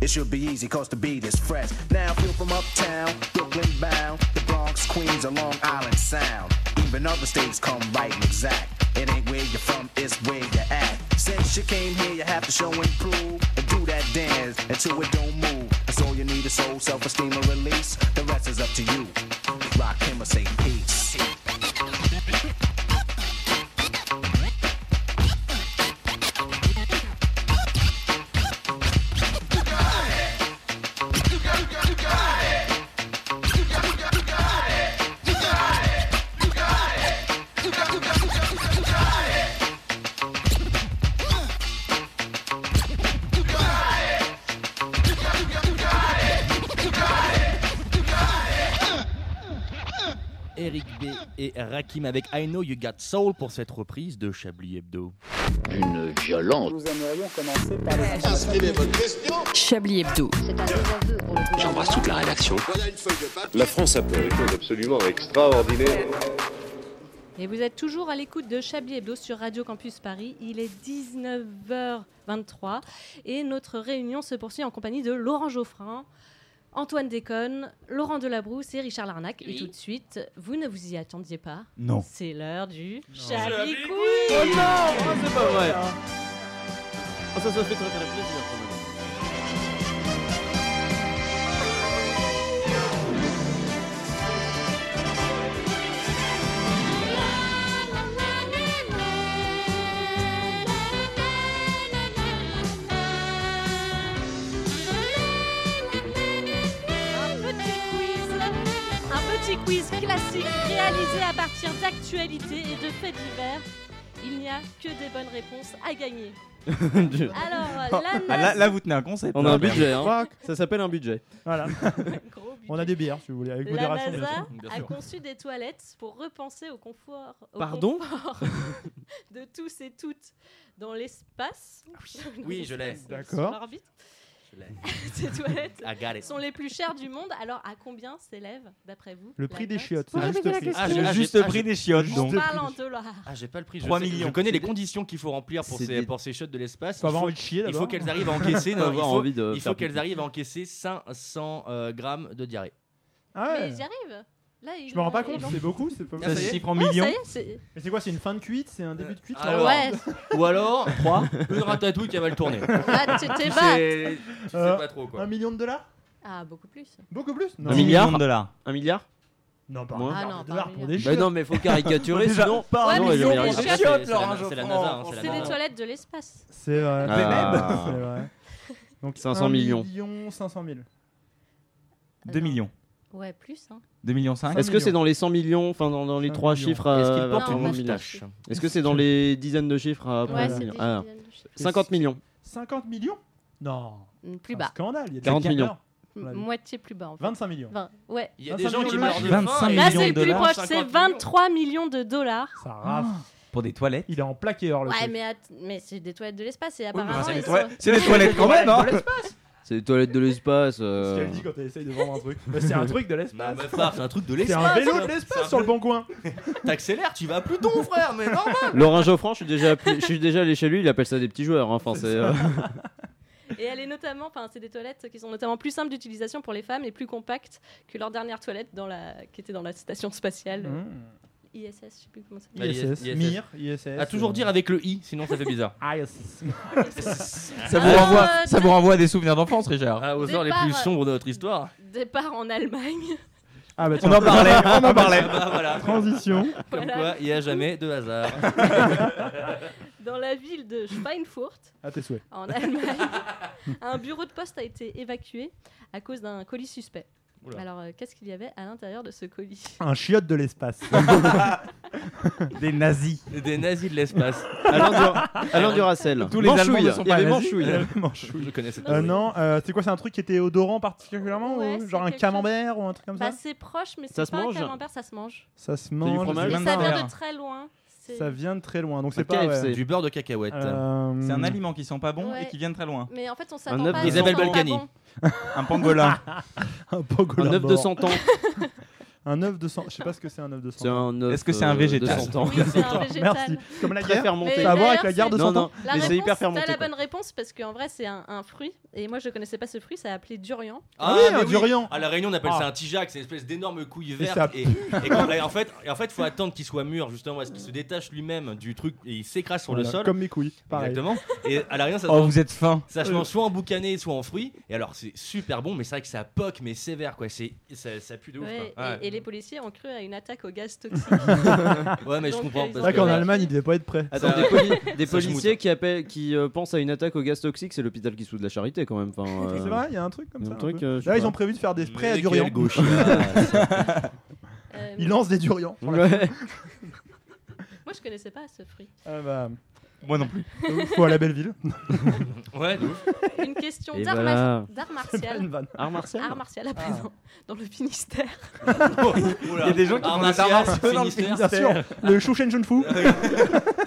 Speaker 16: It should be easy, cause the beat is fresh. Now feel from uptown, Brooklyn bound, the Bronx, Queens, or Long Island sound. Even other states come right and exact. It ain't where you're from, it's where you're at. Since you came here, you have to show and prove. And do that dance until it don't move. That's all you need is soul, self-esteem, and release. The rest is up to you. Rock him or say peace.
Speaker 1: Eric B et Rakim avec I Know You Got Soul pour cette reprise de Chablis Hebdo.
Speaker 8: D'une violence. Nous
Speaker 1: aimerions commencer
Speaker 8: Ah,
Speaker 11: Chablis Hebdo.
Speaker 8: J'embrasse toute la rédaction.
Speaker 7: La France a fait des choses absolument extraordinaires.
Speaker 3: Et vous êtes toujours à l'écoute de Chablis Hebdo sur Radio Campus Paris. Il est 19h23 et notre réunion se poursuit en compagnie de Laurent Geoffrin, Antoine Déconne, Laurent Delabrousse et Richard Larnac. Et tout de suite, vous ne vous y attendiez pas.
Speaker 4: Non.
Speaker 3: C'est l'heure du Chablis
Speaker 12: Chablis
Speaker 3: Quiz.
Speaker 12: Quiz. Oh non, oh, c'est pas vrai.
Speaker 2: Ah, ça, ça fait très très plaisir quand même.
Speaker 3: Un petit quiz. Un petit quiz classique réalisé à partir d'actualités et de faits divers. Il n'y a que des bonnes réponses à
Speaker 4: [LAUGHS]
Speaker 3: gagner. Alors, la
Speaker 4: Ah, là, là, vous tenez un concept.
Speaker 2: On
Speaker 4: là,
Speaker 2: a un budget,
Speaker 4: merde.
Speaker 2: hein. ça s'appelle un budget.
Speaker 5: Voilà. [LAUGHS] On a des bières, si vous voulez, avec
Speaker 3: La
Speaker 5: modération.
Speaker 3: NASA
Speaker 5: bien
Speaker 3: a
Speaker 5: sûr.
Speaker 3: conçu des toilettes pour repenser au confort, au
Speaker 5: Pardon
Speaker 3: confort [LAUGHS] de tous et toutes dans l'espace.
Speaker 1: Ah
Speaker 3: [LAUGHS]
Speaker 1: Oui, je l'ai.
Speaker 3: Sur
Speaker 1: D'accord.
Speaker 3: l'orbite.
Speaker 1: Je l'ai.
Speaker 3: [LAUGHS] Ces toilettes
Speaker 1: I got it.
Speaker 3: sont les plus chères du monde. Alors, à combien s'élève, d'après vous
Speaker 5: Le
Speaker 3: la
Speaker 5: prix des
Speaker 3: note
Speaker 5: chiottes.
Speaker 4: Ah,
Speaker 5: juste
Speaker 4: j'ai-
Speaker 5: prix.
Speaker 4: ah, j'ai- Juste le prix des chiottes,
Speaker 5: Juste
Speaker 4: donc.
Speaker 5: le
Speaker 3: On
Speaker 5: prix
Speaker 3: parle en
Speaker 5: des-
Speaker 3: dollars.
Speaker 1: Ah, j'ai pas le prix. Je,
Speaker 4: 3
Speaker 1: sais-
Speaker 4: millions.
Speaker 1: je connais les conditions qu'il faut remplir pour
Speaker 2: C'est
Speaker 1: ces,
Speaker 2: des-
Speaker 1: pour ces shots de l'espace.
Speaker 5: Faut avoir
Speaker 1: il faut,
Speaker 5: envie de chier,
Speaker 1: il
Speaker 5: d'abord.
Speaker 1: faut qu'elles arrivent à
Speaker 5: [LAUGHS]
Speaker 1: encaisser.
Speaker 2: Faut
Speaker 1: non, il
Speaker 2: avoir
Speaker 1: faut,
Speaker 2: envie de
Speaker 1: il faut
Speaker 2: faire
Speaker 1: qu'elles
Speaker 2: pipi.
Speaker 1: arrivent à encaisser 500 euh, grammes de diarrhée.
Speaker 5: Ah ouais.
Speaker 3: Mais j'y arrive. Là, il-
Speaker 5: Je me rends pas
Speaker 3: il-
Speaker 5: compte, c'est beaucoup, c'est pas
Speaker 4: Ça se chiffre en
Speaker 3: Ah, ça y
Speaker 4: millions.
Speaker 3: est, c'est-
Speaker 5: Mais c'est quoi, c'est une fin de cuite, c'est un début de cuite
Speaker 1: Ah, Alors,
Speaker 3: Ouais. [LAUGHS]
Speaker 5: [LAUGHS]
Speaker 1: Ou alors, 3, une ratatouille qui va le tourner.
Speaker 3: Ah, tu t'es
Speaker 1: Tu
Speaker 3: bat.
Speaker 1: sais, tu sais
Speaker 5: Euh,
Speaker 1: pas trop quoi.
Speaker 5: Un million de dollars
Speaker 3: Ah, beaucoup plus.
Speaker 5: Beaucoup plus
Speaker 2: Un
Speaker 4: Un
Speaker 5: Non,
Speaker 2: milliard
Speaker 4: million de dollars.
Speaker 2: Un milliard
Speaker 5: non pas un
Speaker 2: Moins.
Speaker 3: Ah
Speaker 5: milliard
Speaker 3: non,
Speaker 5: de
Speaker 3: pas un
Speaker 5: dollars pour
Speaker 3: milliard.
Speaker 5: des
Speaker 2: Bah
Speaker 5: chiottes.
Speaker 2: non, mais faut
Speaker 5: [LAUGHS]
Speaker 2: caricaturer
Speaker 4: Déjà,
Speaker 2: sinon.
Speaker 4: pas
Speaker 1: Ah
Speaker 3: Ouais,
Speaker 2: sinon,
Speaker 3: mais
Speaker 2: elle
Speaker 3: ils ont
Speaker 2: verra
Speaker 3: des
Speaker 2: pas.
Speaker 1: C'est la-
Speaker 4: chiottes,
Speaker 1: c'est la-
Speaker 4: Laurent
Speaker 1: C'est la
Speaker 4: Geoffrand.
Speaker 1: NASA. hein, c'est la
Speaker 3: C'est des
Speaker 1: NASA.
Speaker 3: toilettes de l'espace.
Speaker 5: C'est vrai.
Speaker 2: Ah.
Speaker 5: euh, [LAUGHS] C'est vrai. Donc
Speaker 2: 500
Speaker 5: 1
Speaker 2: millions.
Speaker 5: million 500 000.
Speaker 4: 2 millions.
Speaker 3: Ouais, plus. Hein.
Speaker 4: 2 millions 5
Speaker 2: Est-ce que c'est dans les 100 millions, enfin dans, dans les
Speaker 5: Un
Speaker 2: 3
Speaker 5: million.
Speaker 2: chiffres à-
Speaker 1: Est-ce qu'il porte
Speaker 2: à
Speaker 3: Non,
Speaker 1: une
Speaker 3: pas
Speaker 2: un
Speaker 3: tout.
Speaker 2: million
Speaker 1: moustache
Speaker 2: Est-ce que c'est dans les dizaines de chiffres à
Speaker 3: Ouais,
Speaker 2: un
Speaker 3: c'est
Speaker 2: million
Speaker 3: des
Speaker 2: Ah,
Speaker 3: dizaines de chiffres.
Speaker 2: 50 millions.
Speaker 5: 50 millions Non.
Speaker 3: Mm, Plus
Speaker 5: Un
Speaker 3: bas.
Speaker 5: Scandale, il y a des
Speaker 2: 40 millions.
Speaker 5: hackers.
Speaker 3: M-
Speaker 5: Ouais.
Speaker 3: Moitié plus bas, en fait.
Speaker 5: 25 millions.
Speaker 3: Vingt. Ouais.
Speaker 1: Il y a des
Speaker 5: 25
Speaker 1: gens
Speaker 5: millions
Speaker 1: qui
Speaker 5: de
Speaker 1: meurent de faim.
Speaker 4: dollars.
Speaker 1: et-
Speaker 4: 25
Speaker 3: Là,
Speaker 4: millions
Speaker 3: c'est le
Speaker 4: de
Speaker 3: plus
Speaker 4: dollars.
Speaker 3: proche.
Speaker 1: 50
Speaker 3: C'est
Speaker 1: millions.
Speaker 3: 23 millions de dollars.
Speaker 5: Ça rafle.
Speaker 4: Ah. Pour des toilettes.
Speaker 5: Il est en plaqueur le
Speaker 3: Ah. Ouais,
Speaker 5: truc.
Speaker 3: mais, att- mais c'est des toilettes de l'espace et apparemment.
Speaker 4: c'est
Speaker 3: ils
Speaker 4: des
Speaker 3: sont-
Speaker 4: toilettes- c'est des toilettes
Speaker 5: [LAUGHS]
Speaker 4: quand même, hein.
Speaker 2: C'est les toilettes de l'espace.
Speaker 5: C'est ce
Speaker 2: euh.
Speaker 5: qu'elle dit quand elle essaye de vendre un truc. Bah, c'est un truc de
Speaker 1: Non,
Speaker 5: l'espace.
Speaker 1: mais frère, c'est un truc de
Speaker 5: C'est
Speaker 1: l'espace.
Speaker 5: un vélo
Speaker 1: ça.
Speaker 5: de
Speaker 1: C'est un
Speaker 5: l'espace sur le
Speaker 1: vélo.
Speaker 5: bon coin.
Speaker 1: T'accélères, tu vas à Pluton, [LAUGHS] frère, mais normal.
Speaker 2: [LAUGHS] Laurent Geoffran, je suis déjà, appelé- je suis déjà allé chez lui, il appelle ça des petits joueurs. hein, Enfin, c'est. euh,
Speaker 5: [LAUGHS]
Speaker 3: Et elle est notamment, enfin, c'est des toilettes qui sont notamment plus simples d'utilisation
Speaker 5: Mmh.
Speaker 3: pour les femmes et plus compactes que leur dernière toilette dans la, qui était dans la station spatiale euh, ISS, je sais plus comment ça
Speaker 1: Ah,
Speaker 5: ISS, Mir, ISS,
Speaker 1: À toujours
Speaker 5: euh,
Speaker 1: dire avec le i, sinon ça
Speaker 5: [LAUGHS]
Speaker 1: fait bizarre.
Speaker 5: ISS.
Speaker 1: [LAUGHS]
Speaker 4: Ça vous,
Speaker 1: Ah,
Speaker 4: renvoie,
Speaker 1: euh,
Speaker 4: ça vous renvoie à des souvenirs d'enfance, Richard.
Speaker 1: Ah, aux
Speaker 3: Départ.
Speaker 1: heures les plus sombres de notre histoire.
Speaker 3: Départ en Allemagne.
Speaker 5: Ah, bah,
Speaker 4: On en parlait, on en parlait.
Speaker 1: Bah, voilà.
Speaker 5: [LAUGHS] Transition.
Speaker 1: Comme
Speaker 3: Voilà.
Speaker 1: quoi, il n'y a jamais
Speaker 5: [LAUGHS]
Speaker 1: de hasard.
Speaker 3: Dans la ville de Schweinfurt,
Speaker 5: À tes souhaits.
Speaker 3: en Allemagne, un bureau de poste a été évacué à cause d'un colis suspect.
Speaker 5: Oula.
Speaker 3: Alors, euh, qu'est-ce qu'il y avait à l'intérieur de ce colis
Speaker 5: Un chiotte de [LAUGHS] l'espace.
Speaker 4: Des nazis.
Speaker 1: Des nazis de l'espace. [LAUGHS]
Speaker 2: Alain Dur- Alain Duracell.
Speaker 4: Tous les Allemands
Speaker 2: Manchouille.
Speaker 4: ne sont
Speaker 2: Il y
Speaker 4: pas
Speaker 2: avait
Speaker 4: nazis.
Speaker 2: Manchouille.
Speaker 5: [LAUGHS]
Speaker 1: Je connais cette
Speaker 5: Euh, non, euh, c'est quoi C'est un truc qui était odorant particulièrement
Speaker 3: Ouais,
Speaker 5: ou
Speaker 3: c'est
Speaker 5: Genre un
Speaker 3: quelque
Speaker 5: camembert ou un truc comme
Speaker 3: Bah,
Speaker 5: ça
Speaker 3: c'est proche, mais
Speaker 5: Ça
Speaker 3: c'est
Speaker 5: se
Speaker 3: pas un
Speaker 5: mange
Speaker 3: camembert, ça se mange.
Speaker 5: Ça se
Speaker 2: du
Speaker 5: mange.
Speaker 2: fromage
Speaker 5: c'est
Speaker 3: Et ça
Speaker 5: maintenant-
Speaker 3: vient de très loin. C'est-
Speaker 5: Ça vient de très loin, donc c'est
Speaker 2: Un
Speaker 5: pas.
Speaker 2: KFC.
Speaker 5: ouais.
Speaker 1: Du beurre de cacahuète.
Speaker 5: Euh,
Speaker 4: C'est un aliment qui sent pas bon
Speaker 3: Ouais.
Speaker 4: et qui vient de très loin.
Speaker 3: Mais en fait, on s'attend
Speaker 2: œuf
Speaker 3: pas à
Speaker 2: de-
Speaker 3: ce
Speaker 1: Isabelle
Speaker 3: qu'on sent pas
Speaker 1: Balkany.
Speaker 3: bon. [LAUGHS]
Speaker 4: Un pangolin.
Speaker 5: [LAUGHS] Un pangolin
Speaker 2: Un œuf de
Speaker 5: mort.
Speaker 2: 100 ans.
Speaker 5: [LAUGHS] Un œuf de 100. Je sais pas ce que c'est un œuf de 100.
Speaker 2: C'est un œuf,
Speaker 4: Est-ce que c'est un
Speaker 2: euh, de
Speaker 4: végétal
Speaker 2: 100 ans.
Speaker 3: Oui, c'est
Speaker 2: [LAUGHS]
Speaker 3: un végétal.
Speaker 5: Merci. Comme la
Speaker 2: Très
Speaker 5: guerre.
Speaker 2: fermenté.
Speaker 5: Ça a à voir
Speaker 3: d'ailleurs,
Speaker 5: avec la guerre de
Speaker 3: c'est-
Speaker 2: Non,
Speaker 5: 100
Speaker 2: non,
Speaker 5: ans.
Speaker 3: La
Speaker 2: mais
Speaker 3: réponse,
Speaker 2: c'est hyper
Speaker 3: t'as
Speaker 2: fermenté.
Speaker 3: la
Speaker 2: quoi.
Speaker 3: bonne réponse parce qu'en vrai, c'est un, un fruit. Et moi, je connaissais pas ce fruit, ça appelé durian.
Speaker 5: Ah oui,
Speaker 1: mais
Speaker 5: un durian.
Speaker 1: À la Réunion, on appelle
Speaker 5: Ah.
Speaker 1: ça un tijac, c'est une espèce d'énorme couille
Speaker 5: ça
Speaker 1: verte. Et, et quand- et en fait, et en fait, faut attendre qu'il soit mûr justement, parce qu'il se détache lui-même du truc et il s'écrase sur le
Speaker 5: Voilà,
Speaker 1: sol.
Speaker 5: Comme mes couilles. Pareil. Euh.
Speaker 1: Exactement. Et à la Réunion, ça se
Speaker 4: Oh,
Speaker 1: mange-
Speaker 4: vous êtes fin.
Speaker 1: Ça se mange soit en boucané, soit en fruits. Et alors, c'est super bon, mais c'est vrai que ça poque, mais sévère, quoi. C'est, ça, ça pue de ouf. hein.
Speaker 3: Ouais,
Speaker 1: quoi.
Speaker 3: et- Et, les policiers ont cru à une attaque au gaz toxique.
Speaker 1: Ouais, mais je
Speaker 3: Donc, euh, ils
Speaker 1: comprends.
Speaker 5: C'est
Speaker 1: parce
Speaker 5: vrai
Speaker 1: que-
Speaker 5: qu'en Allemagne, il devait pas être prêt.
Speaker 1: [LAUGHS]
Speaker 2: Attends,
Speaker 1: Ça-
Speaker 2: des, poli- des
Speaker 1: ça se hein.
Speaker 2: policiers qui, appellent, qui euh, pensent à une attaque au gaz toxique, c'est l'hôpital qui soude la charité quand même. Enfin, euh,
Speaker 5: C'est vrai, il y a un truc comme
Speaker 2: un
Speaker 5: ça. un
Speaker 2: truc,
Speaker 5: peu.
Speaker 2: euh, je sais
Speaker 5: Là, ils
Speaker 2: pas.
Speaker 5: ont prévu de faire des sprays à
Speaker 1: Mais
Speaker 5: durian. [LAUGHS]
Speaker 1: quel gauche. Ah,
Speaker 3: Euh,
Speaker 5: Ils lancent des durians.
Speaker 2: Ouais.
Speaker 3: [LAUGHS] Moi, je connaissais pas ce fruit.
Speaker 5: Ah bah,
Speaker 4: Moi non plus.
Speaker 5: [LAUGHS] Faut à la belle ville.
Speaker 1: [LAUGHS] ouais, de ouf.
Speaker 3: Une question
Speaker 2: Et
Speaker 3: d'art
Speaker 2: voilà.
Speaker 3: mar- d'art
Speaker 5: C'est pas
Speaker 3: martial.
Speaker 5: une vanne. Ah.
Speaker 2: Art martial
Speaker 3: Art martial à présent, dans le
Speaker 1: [LAUGHS]
Speaker 3: Finistère.
Speaker 1: Oh, Il y a des gens
Speaker 4: qui font des arts martiaux dans le
Speaker 5: Bien sûr, le Shushen
Speaker 1: [LAUGHS]
Speaker 5: Junfu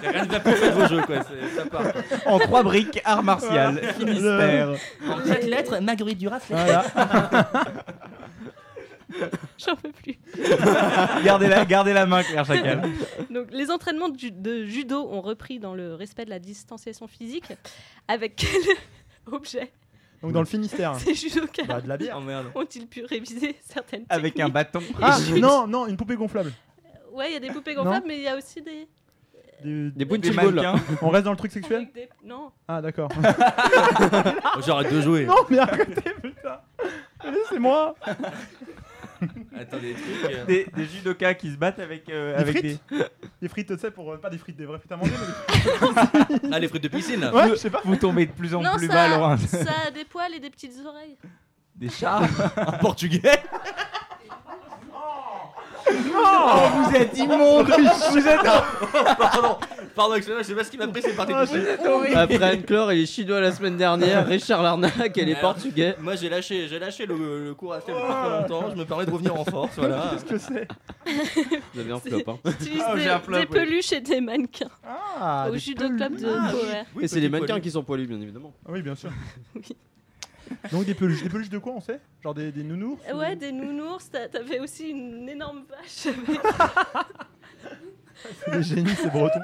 Speaker 1: Rien de la plus fait de vos jeux, quoi. C'est- Ça part.
Speaker 4: En trois briques, art martial, Finistère.
Speaker 1: En quatre lettres, Marguerite Duras.
Speaker 5: Voilà.
Speaker 3: [LAUGHS] J'en peux plus.
Speaker 4: Gardez la, gardez la main, Claire Chacal.
Speaker 3: Donc, les entraînements de, ju- de judo ont repris dans le respect de la distanciation physique. Avec quel [LAUGHS] objet
Speaker 5: Donc dans le Finistère.
Speaker 3: ces judokas
Speaker 5: Bah de la bière.
Speaker 1: Oh merde.
Speaker 3: ont-ils pu réviser certaines
Speaker 4: Avec un
Speaker 3: techniques
Speaker 4: bâton.
Speaker 5: Ah non, non, une poupée gonflable.
Speaker 3: Ouais, il y a des poupées gonflables, mais il y a aussi des.
Speaker 5: Du-
Speaker 2: Des
Speaker 4: Des
Speaker 2: punching balls.
Speaker 4: mannequins.
Speaker 5: On reste dans le truc sexuel
Speaker 3: avec des- Non.
Speaker 5: Ah
Speaker 1: [LAUGHS]
Speaker 5: d'accord.
Speaker 1: J'arrête de jouer.
Speaker 5: non mais arrêtez putain. Laissez-moi.
Speaker 1: [LAUGHS] Attends, des trucs. euh,
Speaker 4: Des, des judokas qui se battent avec, euh,
Speaker 5: Des
Speaker 4: avec des.
Speaker 5: frites Des frites, tu sais, pour euh, pas des frites, des vraies frites à
Speaker 1: [LAUGHS]
Speaker 5: manger. Mais
Speaker 1: Ah, les frites de piscine, là.
Speaker 5: des... Ouais, je sais pas.
Speaker 4: Vous tombez de plus en
Speaker 3: non,
Speaker 4: plus
Speaker 3: ça,
Speaker 4: bas, Laurent.
Speaker 3: ça
Speaker 4: [LAUGHS]
Speaker 3: a des poils et des petites oreilles. [LAUGHS]
Speaker 4: Des chats.
Speaker 1: En
Speaker 5: [LAUGHS]
Speaker 1: portugais.
Speaker 4: Oh, vous êtes immonde. vous êtes.
Speaker 1: [LAUGHS] Pardon. Pardon, excusez-moi, je sais pas ce qui m'a pris, c'est parti.
Speaker 5: Ah, c'est horrible.
Speaker 2: Après Anne-Claire, il est chinois la
Speaker 5: [LAUGHS]
Speaker 2: semaine dernière. Richard Larnac, elle est
Speaker 1: Alors.
Speaker 2: portugais.
Speaker 1: Moi j'ai lâché, j'ai lâché le, le cours à faire depuis très longtemps, je me permets de revenir en force, voilà.
Speaker 5: Ah. [LAUGHS] Qu'est-ce que c'est
Speaker 2: Vous avez un flop. hein. [LAUGHS]
Speaker 3: Utilise
Speaker 4: Ah,
Speaker 3: des,
Speaker 4: j'ai un flop,
Speaker 3: des
Speaker 4: oui.
Speaker 3: peluches et des mannequins
Speaker 5: Ah,
Speaker 3: au
Speaker 5: des
Speaker 3: judo
Speaker 5: peluches.
Speaker 3: club de
Speaker 1: Ah, oui.
Speaker 3: Power.
Speaker 1: Oui,
Speaker 2: Et c'est les
Speaker 1: petit
Speaker 2: mannequins
Speaker 1: poilu.
Speaker 2: qui sont poilus, bien évidemment.
Speaker 5: Ah oui, bien sûr.
Speaker 3: Oui.
Speaker 5: Donc des peluches, des peluches de quoi on sait Genre des, des nounours ou-
Speaker 3: Eh Euh, Ouais, des nounours, t'as- t'avais aussi une énorme vache.
Speaker 4: [LAUGHS]
Speaker 3: avec-
Speaker 5: des génies,
Speaker 3: [LAUGHS]
Speaker 5: c'est breton.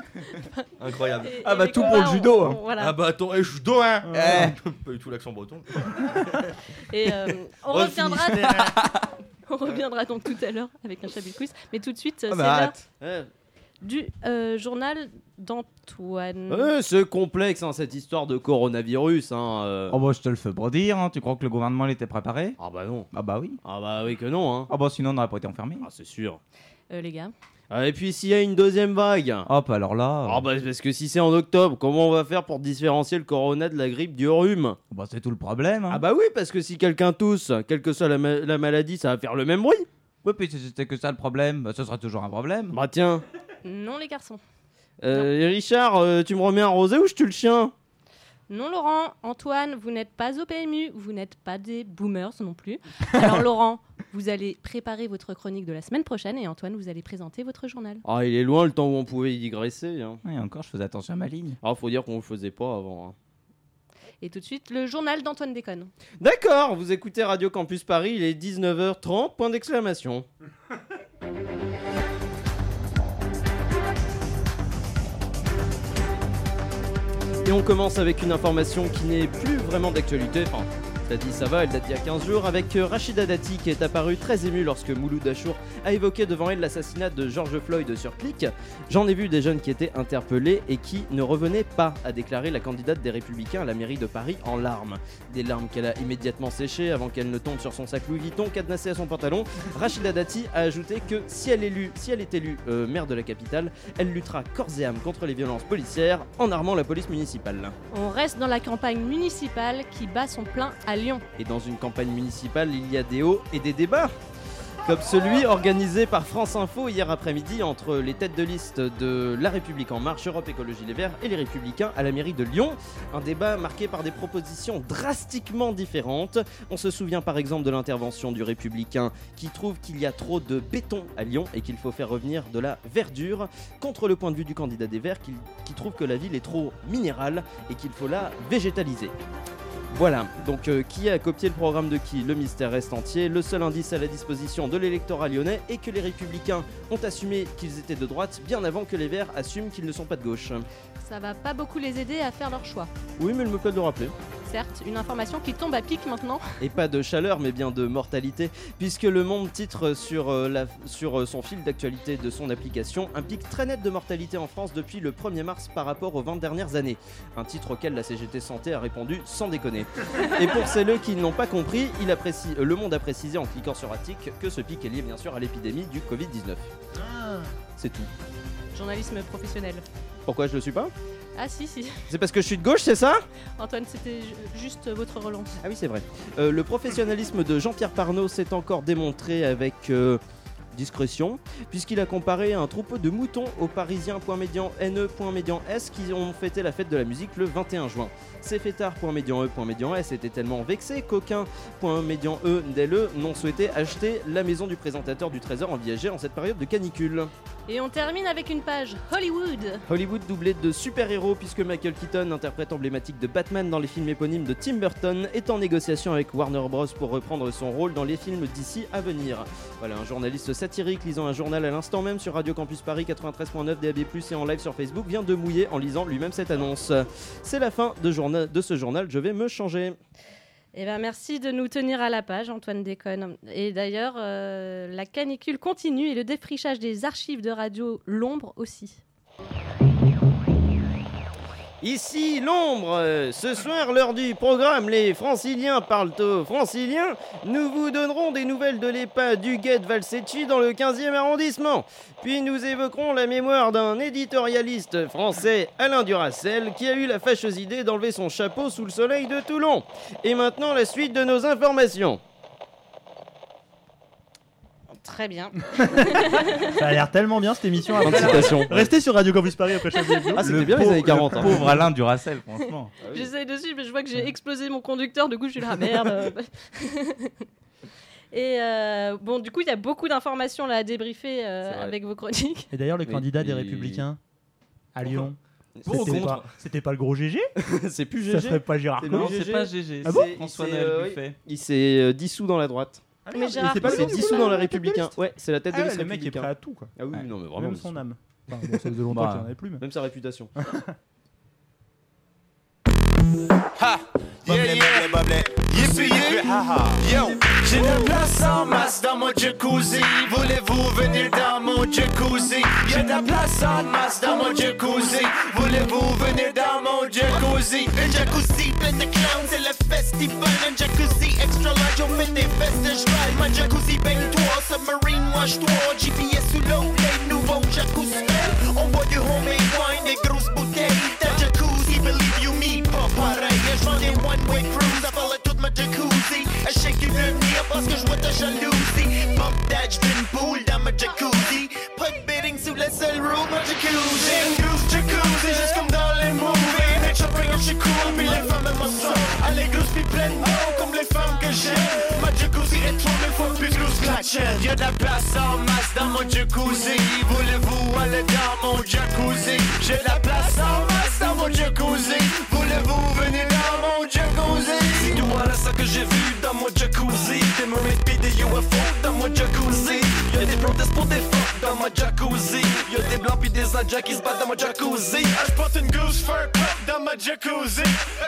Speaker 1: Incroyable.
Speaker 3: et-
Speaker 4: Ah,
Speaker 3: et
Speaker 4: bah,
Speaker 3: les
Speaker 4: tout pour
Speaker 3: combats,
Speaker 4: le
Speaker 3: on-
Speaker 4: judo, hein.
Speaker 3: on- voilà.
Speaker 1: Ah bah attends, eh, je suis dos, hein
Speaker 5: Ouais.
Speaker 1: Eh, [LAUGHS] Pas du tout l'accent breton.
Speaker 3: [LAUGHS] Et euh, on,
Speaker 1: Oh, le [LAUGHS]
Speaker 3: reviendra,
Speaker 2: [LAUGHS]
Speaker 1: Finistère.
Speaker 3: on reviendra donc tout à l'heure avec un chapitre quiz. Mais tout de suite, euh,
Speaker 4: Ah,
Speaker 3: c'est
Speaker 4: bah,
Speaker 3: l'heure
Speaker 4: hâte.
Speaker 3: du euh, journal d'Antoine.
Speaker 2: Euh, c'est complexe hein, cette histoire de coronavirus. Hein, euh.
Speaker 4: Oh, bah, je te le fais brodir. hein. Tu crois que le gouvernement l'était préparé
Speaker 2: Ah bah non.
Speaker 4: Ah, bah oui.
Speaker 2: Ah bah oui que non. Hein.
Speaker 4: Ah, bah sinon, on n'aurait pas été enfermé.
Speaker 2: Ah c'est sûr.
Speaker 3: Euh, les gars,
Speaker 2: Ah, et puis s'il y a une deuxième vague.
Speaker 4: Hop, alors là. euh.
Speaker 2: Ah bah parce que si c'est en octobre, comment on va faire pour différencier le corona de la grippe du rhume
Speaker 4: bah, c'est tout le problème. hein.
Speaker 2: Ah bah oui parce que si quelqu'un tousse, quelle que soit la, ma- la maladie, ça va faire le même bruit.
Speaker 4: Ouais, puis si c'était que ça le problème, bah, ce sera toujours un problème.
Speaker 2: Bah tiens.
Speaker 3: non les garçons.
Speaker 2: Euh, et Richard, euh, tu me remets un rosé ou je tue le chien
Speaker 3: Non Laurent, Antoine, vous n'êtes pas au PMU, vous n'êtes pas des boomers non
Speaker 4: [LAUGHS]
Speaker 3: plus. Alors Laurent, vous allez préparer votre chronique de la semaine prochaine et Antoine, vous allez présenter votre journal.
Speaker 2: Ah il est loin le temps où on pouvait y digresser. Hein.
Speaker 4: Ouais, encore, je faisais attention à ma ligne.
Speaker 2: Ah faut dire qu'on le faisait pas avant. hein.
Speaker 3: Et tout de suite, le journal d'Antoine Déconne.
Speaker 2: D'accord, vous écoutez Radio Campus Paris, il est 19h30, point d'exclamation. Et on commence avec une information qui n'est plus vraiment d'actualité, enfin, T'as dit ça va, elle date d'il y a 15 jours, avec euh, Rachida Dati qui est apparue très émue lorsque Mouloud Achour a évoqué devant elle l'assassinat de George Floyd sur Click. J'en ai vu des jeunes qui étaient interpellés et qui ne revenaient pas, a déclaré la candidate des Républicains à la mairie de Paris en larmes. Des larmes qu'elle a immédiatement séchées avant qu'elle ne tombe sur son sac Louis Vuitton cadenassé à son pantalon. Rachida Dati a ajouté que si elle est élue, si elle est élue euh, maire de la capitale, elle luttera corps et âme contre les violences policières en armant la police municipale.
Speaker 3: On reste dans la campagne municipale qui bat son plein à Lyon.
Speaker 2: Et dans une campagne municipale, il y a des hauts et des débats. Comme celui organisé par France Info hier après-midi entre les têtes de liste de La République En Marche, Europe Écologie Les Verts et Les Républicains à la mairie de Lyon. Un débat marqué par des propositions drastiquement différentes. On se souvient par exemple de l'intervention du Républicain qui trouve qu'il y a trop de béton à Lyon et qu'il faut faire revenir de la verdure, contre le point de vue du candidat des Verts qui, qui trouve que la ville est trop minérale et qu'il faut la végétaliser. Voilà, donc euh, qui a copié le programme de qui Le mystère reste entier. Le seul indice à la disposition de l'électorat lyonnais est que les républicains ont assumé qu'ils étaient de droite bien avant que les verts assument qu'ils ne sont pas de gauche.
Speaker 3: Ça va pas beaucoup les aider à faire leur choix.
Speaker 2: Oui, mais il me plaît de le rappeler.
Speaker 3: Certes, une information qui tombe à pic maintenant.
Speaker 2: Et pas de chaleur, mais bien de mortalité, puisque le monde titre sur, euh, la- sur euh, son fil d'actualité de son application un pic très net de mortalité en France depuis le 1er mars par rapport aux 20 dernières années. Un titre auquel la CGT Santé a répondu sans déconner. Et pour celles qui n'ont pas compris, il apprécie, euh, le monde a précisé en cliquant sur Attic que ce pic est lié bien sûr à l'épidémie du Covid-19.
Speaker 3: Ah.
Speaker 2: C'est tout.
Speaker 3: Journalisme professionnel.
Speaker 2: Pourquoi je le suis pas
Speaker 3: Ah si, si. [LAUGHS]
Speaker 2: C'est parce que je suis de gauche, c'est ça
Speaker 3: Antoine, c'était ju- juste votre relance.
Speaker 2: Ah oui, c'est vrai. Euh, le professionnalisme de Jean-Pierre Parnot s'est encore démontré avec euh, discrétion, puisqu'il a comparé un troupeau de moutons aux E, parisiens.médian.ne.médian.s qui ont fêté la fête de la musique le 21 juin. Ces E, fêtards.médian.e.médian.s étaient tellement vexés qu'aucun.médian.e dès le E n'ont souhaité acheter la maison du présentateur du Trésor en Viager en cette période de canicule.
Speaker 3: Et on termine avec une page Hollywood.
Speaker 2: Hollywood doublé de super-héros puisque Michael Keaton, interprète emblématique de Batman dans les films éponymes de Tim Burton, est en négociation avec Warner Bros pour reprendre son rôle dans les films d'ici à venir. Voilà, un journaliste satirique lisant un journal à l'instant même sur Radio Campus Paris 93.9 DAB+, et en live sur Facebook vient de mouiller en lisant lui-même cette annonce. C'est la fin de, journa- de ce journal, je vais me changer.
Speaker 3: Eh ben merci de nous tenir à la page, Antoine Déconne. Et d'ailleurs, euh, la canicule continue et le défrichage des archives de radio L'Ombre aussi.
Speaker 2: Ici l'ombre, Euh, ce soir l'heure du programme, les franciliens parlent aux franciliens, nous vous donnerons des nouvelles de l'EPA du guet de Valsecchi dans le 15e arrondissement, puis nous évoquerons la mémoire d'un éditorialiste français, Alain Duracel, qui a eu la fâcheuse idée d'enlever son chapeau sous le soleil de Toulon. Et maintenant la suite de nos informations.
Speaker 3: Très bien.
Speaker 5: [LAUGHS]
Speaker 3: [LAUGHS]
Speaker 5: Ça a l'air tellement bien cette émission.
Speaker 2: Fin de citation.
Speaker 5: Restez sur Radio Campus Paris après chaque début.
Speaker 2: Ah, c'était bien les années 40, hein.
Speaker 4: Pauvre Alain Duracel, franchement.
Speaker 5: Ah
Speaker 3: J'essaye dessus, mais je vois que j'ai explosé mon conducteur. Du coup, je suis là, ah,
Speaker 5: [LAUGHS]
Speaker 3: merde. Et euh, bon, du coup, il y a beaucoup d'informations là à débriefer euh,
Speaker 5: C'est vrai.
Speaker 3: avec vos chroniques.
Speaker 5: Et d'ailleurs, le
Speaker 1: Mais-
Speaker 5: candidat des
Speaker 1: mais-
Speaker 5: Républicains à Lyon,
Speaker 1: Pour ou
Speaker 5: c'était
Speaker 1: contre
Speaker 5: pas, c'était pas le gros GG
Speaker 1: [LAUGHS] C'est plus
Speaker 5: Ça
Speaker 1: GG.
Speaker 5: serait pas Gérard
Speaker 1: C'est
Speaker 5: Collomb
Speaker 1: non, c'est
Speaker 5: GG.
Speaker 1: pas GG,
Speaker 5: Ah bon
Speaker 1: c'est-
Speaker 4: François
Speaker 1: il s'est,
Speaker 4: Noël
Speaker 1: euh,
Speaker 4: Buffet.
Speaker 2: Il s'est euh, dissous dans la droite.
Speaker 5: Ah
Speaker 3: merde, Mais Gérard
Speaker 2: il s'est dissous dans la Républicain. Ouais, c'est la tête
Speaker 5: Ah
Speaker 2: de
Speaker 5: ouais,
Speaker 2: liste
Speaker 5: le mec est
Speaker 2: Républicain.
Speaker 5: prêt à tout, quoi.
Speaker 2: Ah oui,
Speaker 5: Ouais.
Speaker 2: non mais vraiment.
Speaker 5: Même son âme. Bah. Enfin, bon, ça faisait longtemps qu'il y en avait plus, mais-
Speaker 2: Même sa réputation.
Speaker 17: Yeah, yeah. Yippee, yeah. Yo, j'ai de la place en masse dans mon jacuzzi. Voulez-vous venir dans mon jacuzzi? J'ai de la place en masse dans mon jacuzzi. Voulez-vous venir dans mon jacuzzi?
Speaker 18: Un jacuzzi plein de clowns, c'est le festival. Un jacuzzi extra large, on fait des vestes de cheval. Ma jacuzzi baigne-toi, submarine, wash-toi. GPS sous l'eau, les nouveaux jacuzzi. On boit du homemade wine, des grosses bouteilles. Ta jacuzzi, believe you me, pas pareil. Je vends des one-way cruise, avale toute ma jacuzzi. Elle shake du venir parce que je vois ta jalousie. Bump that, j'vais une poule dans ma jacuzzi. Pas de bidding sous la seule roue, ma jacuzzi. J'ai une grosse jacuzzi, juste comme dans les movies. Mec, j'en prends, j'suis cool, puis les femmes elles m'en sortent. Elle est grosse, puis pleine d'eau, comme les femmes que j'aime. Ma jacuzzi est trop, mais faut plus grosse que la tienne.
Speaker 17: Y'a de la place en masse dans mon jacuzzi. Voulez-vous aller dans mon jacuzzi? J'ai de la place en masse Max dans mon jacuzzi Voulez-vous venir dans mon jacuzzi Si tu vois là ça que j'ai vu dans mon jacuzzi Des mermaids pis des UFO dans mon jacuzzi Y'a des protestes pour des fucks dans ma jacuzzi Y'a des blancs pis des indiens qui se battent dans ma jacuzzi Ah, J'porte une goose fur cup dans ma jacuzzi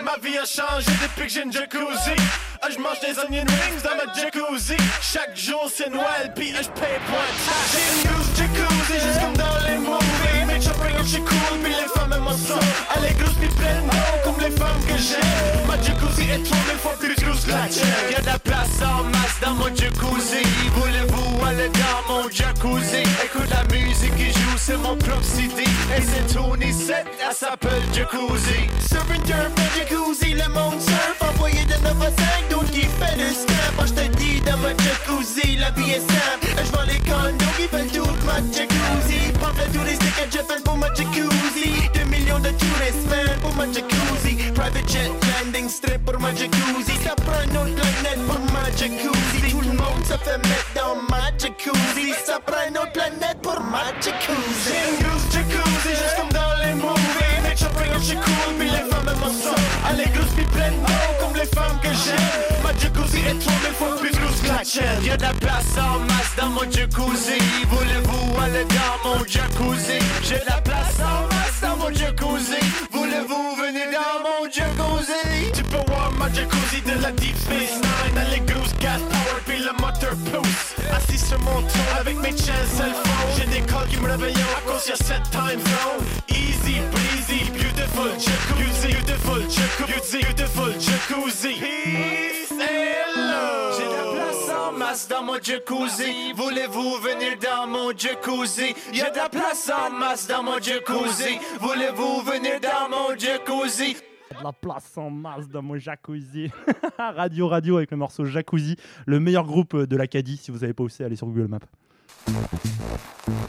Speaker 17: Ma vie a changé depuis que j'ai une jacuzzi Ah, J'mange des onion rings dans ma jacuzzi Chaque jour c'est Noël pis ah, j'paye point de taxe. J'ai une goose jacuzzi juste comme dans les movies Mes shopping je suis cool pis les femmes aiment ça Allez goose pis pleine d'eau comme les femmes que j'aime Ma jacuzzi est trop mille fois plus grosse que la tienne Y'a de la place en masse dans mon jacuzzi Voulez-vous aller dans mon jacuzzi Écoute la musique qui joue c'est mon club city Et c'est Tony 7 elle s'appelle jacuzzi Surf and turf dans jacuzzi le monde surf Envoyé de 9 à 5 d'autres qui fait le snap Moi je te dis dans ma jacuzzi la vie est simple Et Je vends les condos qui veulent toute ma jacuzzi Prends le touriste que je fais pour ma jacuzzi 2 millions de touristes man pour ma jacuzzi Private jet landing strip pour ma jacuzzi Ça prend une autre planète pour ma jacuzzi Tout le monde se fait mettre dans ma jacuzzi Ça prend une autre planète pour ma jacuzzi J'ai une grosse jacuzzi juste comme dans les movies Make sure bring up shit cool puis les femmes aiment ça Allez grosse puis pleine d'eau comme les femmes que j'aime Ma jacuzzi est trop mille fois plus grosse que la tienne Y'a de la place en masse dans mon jacuzzi Voulez-vous aller dans mon jacuzzi J'ai de la place en masse dans mon jacuzzi Voulez-vous venir dans mon jacuzzi Tu peux voir ma jacuzzi de la Deep Space Nine Allez grosse gas power puis le moteur pousse Assis sur mon tour avec mes chaînes cell phone J'ai des calls qui me réveillent à cause y'a cette time zone Easy breezy, beautiful jacuzzi Beautiful jacuzzi, beautiful jacuzzi Peace and love J'ai de la place en masse dans mon jacuzzi Voulez-vous venir dans mon jacuzzi Y'a de la place en masse dans mon jacuzzi Voulez-vous venir dans mon jacuzzi
Speaker 5: De la place en masse dans mon jacuzzi. [LAUGHS] radio Radio avec le morceau Jacuzzi, le meilleur groupe de l'Acadie. Si vous avez pas aussi, allez sur Google Maps.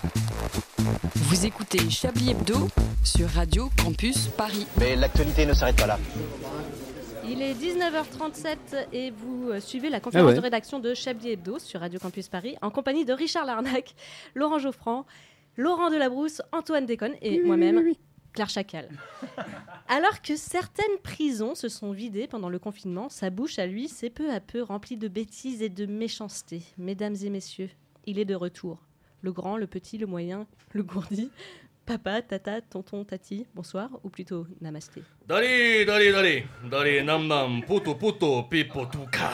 Speaker 11: [LAUGHS] Vous écoutez Chablis Hebdo sur Radio Campus Paris.
Speaker 9: Mais l'actualité ne s'arrête pas là.
Speaker 3: Il est 19h37 et vous euh, suivez la conférence
Speaker 2: Ah ouais.
Speaker 3: de rédaction de Chablis Hebdo sur Radio Campus Paris en compagnie de Richard Larnac, Laurent Geoffran, Laurent Delabrousse, Antoine Déconne et moi-même. Claire Chacal. [LAUGHS] Alors que certaines prisons se sont vidées pendant le confinement, sa bouche à lui s'est peu à peu remplie de bêtises et de méchanceté. Mesdames et messieurs, il est de retour. Le grand, le petit, le moyen, le gourdi. Papa, tata, tonton, tati, bonsoir, ou plutôt namasté.
Speaker 1: [LAUGHS] Dali, dali, dali, dali, nam nam, poto poto, pipo touka.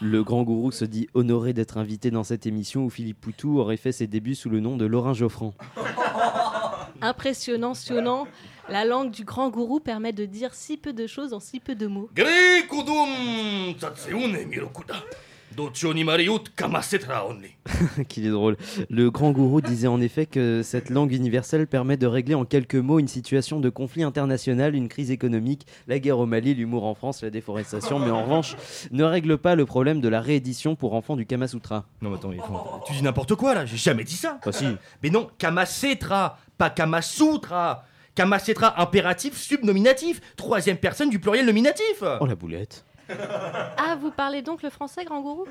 Speaker 2: Le grand gourou se dit honoré d'être invité dans cette émission où Philippe Poutou aurait fait ses débuts sous le nom de Laurent Geoffran.
Speaker 3: Impressionnant, sonnant, la langue du grand gourou permet de dire si peu de choses en si peu de mots.
Speaker 1: Gri kudum, tatseune mirokuda. Docho ni mariut kamasetra only.
Speaker 2: [LAUGHS] Qu'il est drôle. Le grand gourou disait en effet que cette langue universelle permet de régler en quelques mots une situation de conflit international, une crise économique, la guerre au Mali, l'humour en France, la déforestation, mais en revanche ne règle pas le problème de la réédition pour enfants du Kamasutra.
Speaker 1: Non mais attends, mais attends, tu dis n'importe quoi là, j'ai jamais dit
Speaker 2: Bah,
Speaker 1: ça. Mais non, kamasetra, pas kamasutra. Kamasetra impératif subnominatif, troisième personne du pluriel nominatif.
Speaker 2: Oh la boulette.
Speaker 3: Ah, vous parlez donc le français, grand gourou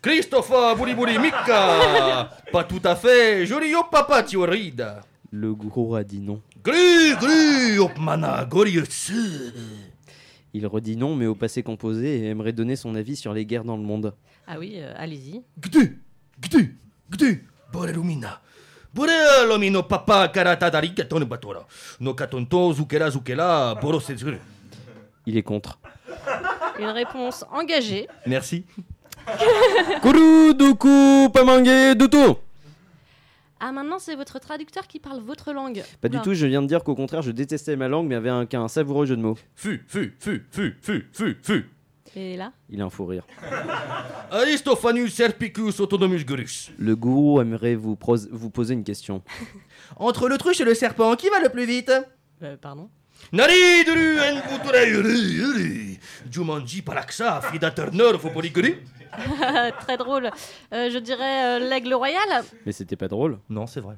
Speaker 1: Christophe Bouli Mika. Pas tout à fait, joli au papa tioride.
Speaker 2: Le gourou a dit non.
Speaker 1: Gri gri opmana goriutsu.
Speaker 2: Il redit non, mais au passé composé et aimerait donner son avis sur les guerres dans le monde.
Speaker 3: Ah oui, euh, allez-y.
Speaker 1: Gdu, bore lumina. Bore lomino papa karata dari gaton batora. No katonto zukela zukela boro sezuru.
Speaker 2: Il est contre.
Speaker 3: Une réponse engagée.
Speaker 1: Merci.
Speaker 2: Kourou, doukou, pas mangué, doutou
Speaker 3: Ah, maintenant, c'est votre traducteur qui parle votre langue.
Speaker 2: Pas du
Speaker 3: Oula.
Speaker 2: tout, je viens de dire qu'au contraire, je détestais ma langue, mais avait un, qu'un savoureux jeu de mots.
Speaker 1: Fu, fu, fu, fu, fu, fu, fu.
Speaker 3: Et là [LAUGHS]
Speaker 2: Il a un
Speaker 1: [LAUGHS]
Speaker 2: fou rire.
Speaker 1: Aristophanus Serpicus autonomus gurus.
Speaker 2: Le gourou aimerait vous, pros- vous poser une question.
Speaker 1: Entre l'autruche et le serpent, qui va le plus vite
Speaker 3: Euh, pardon
Speaker 1: Nari duru en butura yuri yuri. Jumanji palaksa Frida Turner faut poliguri.
Speaker 3: Très drôle. Euh, je dirais euh, l'aigle royal.
Speaker 2: Mais c'était pas drôle
Speaker 1: Non, c'est vrai.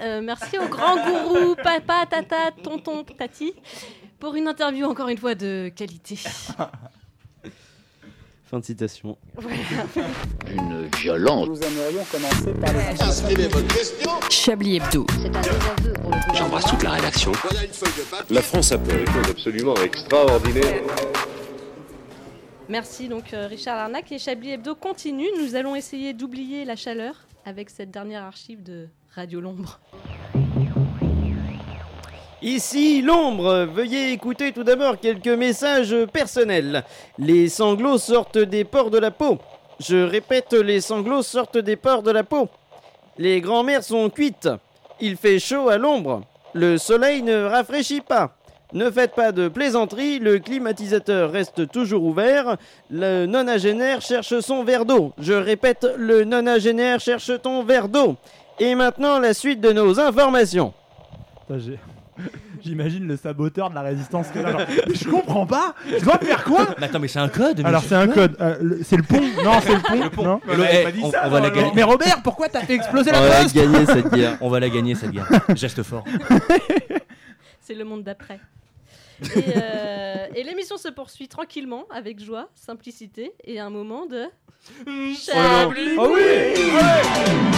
Speaker 3: Euh, merci au grand gourou, papa, tata, tonton, tati, pour une interview encore une fois de qualité.
Speaker 2: Fin de citation.
Speaker 8: Une violente. Nous aimerions commencer par les Inscrivez votre question.
Speaker 11: Chablis Hebdo.
Speaker 8: J'embrasse toute la rédaction.
Speaker 7: La France a fait des choses absolument extraordinaires.
Speaker 3: Merci donc euh, Richard Larnac et Chablis Hebdo continue. Nous allons essayer d'oublier la chaleur avec cette dernière archive de Radio L'Ombre. [LAUGHS]
Speaker 12: Ici l'ombre, veuillez écouter tout d'abord quelques messages personnels. Les sanglots sortent des pores de la peau. Je répète, les sanglots sortent des pores de la peau. Les grands-mères sont cuites. Il fait chaud à l'ombre. Le soleil ne rafraîchit pas. Ne faites pas de plaisanterie, le climatisateur reste toujours ouvert. Le nonagénaire cherche son verre d'eau. Je répète, le nonagénaire cherche ton verre d'eau. Et maintenant, la suite de nos informations.
Speaker 5: Putain, j'ai- [LAUGHS] J'imagine le saboteur de la résistance. que là, genre, Mais je comprends pas. Je dois faire quoi
Speaker 1: [LAUGHS] Mais attends, mais c'est un code mais
Speaker 5: Alors
Speaker 1: je-
Speaker 5: c'est un code. euh, le- c'est le pont. Non, c'est le pont. non
Speaker 1: Mais le- eh, on- on va la gagner.
Speaker 5: Mais Robert, pourquoi t'as fait exploser la
Speaker 1: On va la
Speaker 5: poste
Speaker 1: gagner,
Speaker 5: [LAUGHS]
Speaker 1: cette guerre. [LAUGHS] On va la gagner cette guerre. Geste [LAUGHS] fort.
Speaker 3: C'est le monde d'après. Et, euh, et l'émission se poursuit tranquillement, avec joie, simplicité et un moment de. Chablis
Speaker 17: Ah oui
Speaker 3: Hebdo.
Speaker 17: [LAUGHS]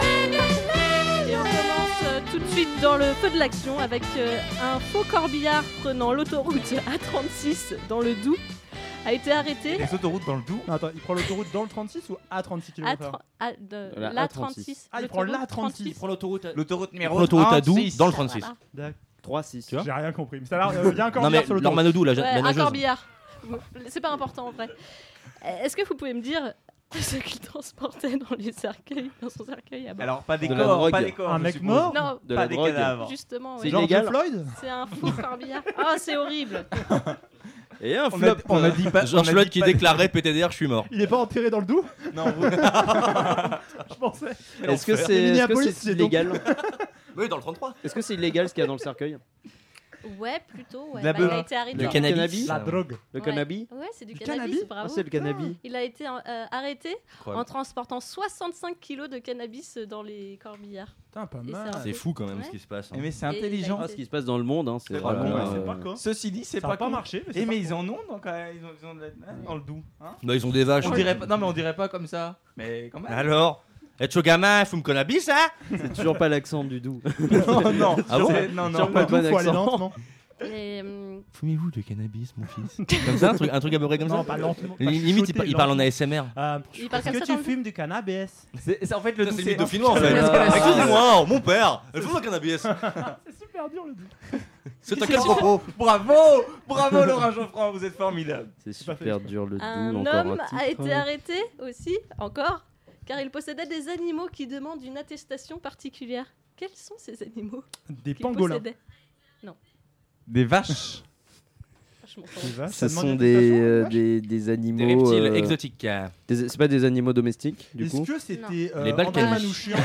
Speaker 3: Et on commence euh, tout de suite dans le feu de l'action avec euh, un faux corbillard prenant l'autoroute A36 dans le Doubs a été arrêté.
Speaker 5: Les autoroutes dans le Doubs Attends, il prend l'autoroute dans le 36 ou à 36
Speaker 3: À
Speaker 5: km/h
Speaker 3: tro- à- de-
Speaker 5: La
Speaker 3: la
Speaker 5: A36.
Speaker 3: 36.
Speaker 5: Ah, il prend la 36.
Speaker 1: Il prend l'autoroute. à-
Speaker 4: L'autoroute
Speaker 1: Il prend l'autoroute à Doubs dans le 36.
Speaker 3: Voilà.
Speaker 5: D'accord.
Speaker 2: 3-6.
Speaker 1: Tu vois
Speaker 5: J'ai rien compris. Mais ça a l'air.
Speaker 1: [LAUGHS]
Speaker 5: euh, Il y a un corbillard
Speaker 1: mais
Speaker 5: sur le
Speaker 1: Norman Odou, la,
Speaker 3: Ouais,
Speaker 1: la
Speaker 3: un
Speaker 1: nageuse.
Speaker 3: corbillard. [LAUGHS] C'est pas important en vrai. Est-ce que vous pouvez me dire [LAUGHS] ce qu'il transportait dans les cercueils, dans son cercueil à bord
Speaker 4: Alors, pas des
Speaker 2: De la
Speaker 4: corps,
Speaker 2: drogue.
Speaker 4: pas des corps.
Speaker 5: Un
Speaker 4: je
Speaker 5: mec
Speaker 4: suppose.
Speaker 5: mort
Speaker 3: Non,
Speaker 2: De
Speaker 4: pas
Speaker 2: la
Speaker 4: des
Speaker 2: drogue.
Speaker 4: cadavres.
Speaker 3: Justement,
Speaker 2: C'est
Speaker 3: ouais.
Speaker 5: George
Speaker 2: illégal
Speaker 5: Floyd
Speaker 3: C'est un faux corbillard. Ah, c'est horrible.
Speaker 2: Et un
Speaker 4: On a-
Speaker 2: flop.
Speaker 4: on a dit pas- on
Speaker 1: George
Speaker 4: a
Speaker 1: Floyd
Speaker 4: dit
Speaker 1: qui
Speaker 4: pas-
Speaker 1: déclarait PTDR, je suis mort.
Speaker 5: Il est pas enterré dans le Doubs
Speaker 1: [LAUGHS]
Speaker 4: Non, vous-
Speaker 3: [LAUGHS]
Speaker 5: Je pensais.
Speaker 2: Est-ce
Speaker 5: L'enfer.
Speaker 2: que c'est est-ce que
Speaker 5: Minneapolis,
Speaker 2: c'est
Speaker 5: c'est donc-
Speaker 2: illégal
Speaker 3: [LAUGHS]
Speaker 1: Oui, dans le 33.
Speaker 2: Est-ce que c'est illégal ce qu'il y a dans le cercueil
Speaker 3: Ouais, plutôt. Ouais.
Speaker 4: De la
Speaker 3: Bah, il
Speaker 4: beuh.
Speaker 3: a été arrêté.
Speaker 2: Le
Speaker 3: Ouais.
Speaker 2: cannabis.
Speaker 5: La
Speaker 2: Ouais.
Speaker 5: drogue.
Speaker 2: Le
Speaker 3: Ouais.
Speaker 2: cannabis
Speaker 3: Ouais, c'est du,
Speaker 5: Du
Speaker 3: cannabis,
Speaker 5: cannabis
Speaker 2: Ah,
Speaker 3: bravo.
Speaker 2: c'est le cannabis.
Speaker 3: Il a été euh, arrêté en
Speaker 4: Incroyable.
Speaker 3: transportant 65 kilos de cannabis dans les corbillards.
Speaker 5: Putain, pas
Speaker 3: Et
Speaker 5: mal.
Speaker 3: ça-
Speaker 1: C'est fou quand même
Speaker 3: Ouais.
Speaker 1: ce qui se passe. hein.
Speaker 4: Eh, Mais c'est
Speaker 3: Et il a
Speaker 4: intelligent.
Speaker 3: été-
Speaker 2: Ah, ce qui se passe dans le monde, hein, c'est
Speaker 4: C'est
Speaker 2: vraiment.
Speaker 4: vraiment, ouais,
Speaker 5: c'est
Speaker 2: euh,
Speaker 5: pas con.
Speaker 4: Ceci dit, c'est
Speaker 5: Ça
Speaker 4: pas
Speaker 5: a pas
Speaker 4: con.
Speaker 5: marché.
Speaker 4: Eh
Speaker 5: c'est
Speaker 4: mais
Speaker 5: pas
Speaker 4: ils en ont donc euh, ils ont, ils ont de la- hein, dans le doux. Hein
Speaker 1: Bah, ils ont des vaches.
Speaker 4: on dirait pas, non mais on dirait pas comme ça. Mais quand même.
Speaker 1: Alors Et tu gamin, fume cannabis, hein
Speaker 2: C'est toujours pas l'accent
Speaker 1: [LAUGHS]
Speaker 2: du doux.
Speaker 4: non non.
Speaker 1: Ah bon
Speaker 4: c'est- non non.
Speaker 2: Sur
Speaker 5: con.
Speaker 2: pas bon
Speaker 5: Faut aller
Speaker 2: accent.
Speaker 5: lentement.
Speaker 3: Mais, hum,
Speaker 1: Fumez-vous du cannabis, mon fils [LAUGHS] Comme ça, un truc, un truc à peu près comme
Speaker 5: Non,
Speaker 1: ça
Speaker 5: pas lentement. pas
Speaker 1: Limite, il,
Speaker 5: chuchoter,
Speaker 1: il parle en
Speaker 5: lentement. Euh,
Speaker 1: ASMR.
Speaker 3: Il parle comme
Speaker 5: Est-ce que
Speaker 3: ça dans
Speaker 5: tu
Speaker 3: le-
Speaker 5: fumes du cannabis
Speaker 4: C'est c'est- en fait le doux, c'est
Speaker 1: dauphinois en
Speaker 4: fait.
Speaker 1: [LAUGHS] Excusez-moi, mon père Elle fume le [LAUGHS] cannabis
Speaker 5: C'est super dur le Doubs.
Speaker 1: C'est
Speaker 4: Bravo bravo Laurent Geoffroy vous êtes formidable.
Speaker 2: C'est
Speaker 5: pas
Speaker 2: super dur le doux.
Speaker 3: un
Speaker 2: encore
Speaker 3: homme
Speaker 2: un
Speaker 3: a
Speaker 2: titre.
Speaker 3: été arrêté aussi, encore, car il possédait des animaux qui demandent une attestation particulière. Quels sont ces animaux
Speaker 5: Des
Speaker 3: qu'il
Speaker 5: pangolins.
Speaker 3: possédait
Speaker 2: Ah,
Speaker 4: Des vaches.
Speaker 3: Ah, je m'en fous.
Speaker 5: Des vaches, ça
Speaker 2: Ce
Speaker 5: demande
Speaker 2: sont
Speaker 5: des
Speaker 2: des,
Speaker 5: attestations,
Speaker 2: euh,
Speaker 5: vache.
Speaker 2: des, des
Speaker 1: Des
Speaker 2: animaux.
Speaker 1: reptiles
Speaker 2: euh,
Speaker 1: exotiques.
Speaker 2: des- c'est pas des animaux domestiques, du
Speaker 5: Est-ce
Speaker 2: coup
Speaker 5: que c'était euh, André
Speaker 1: Les Balkans. [LAUGHS]
Speaker 2: [LAUGHS]
Speaker 5: Manouchian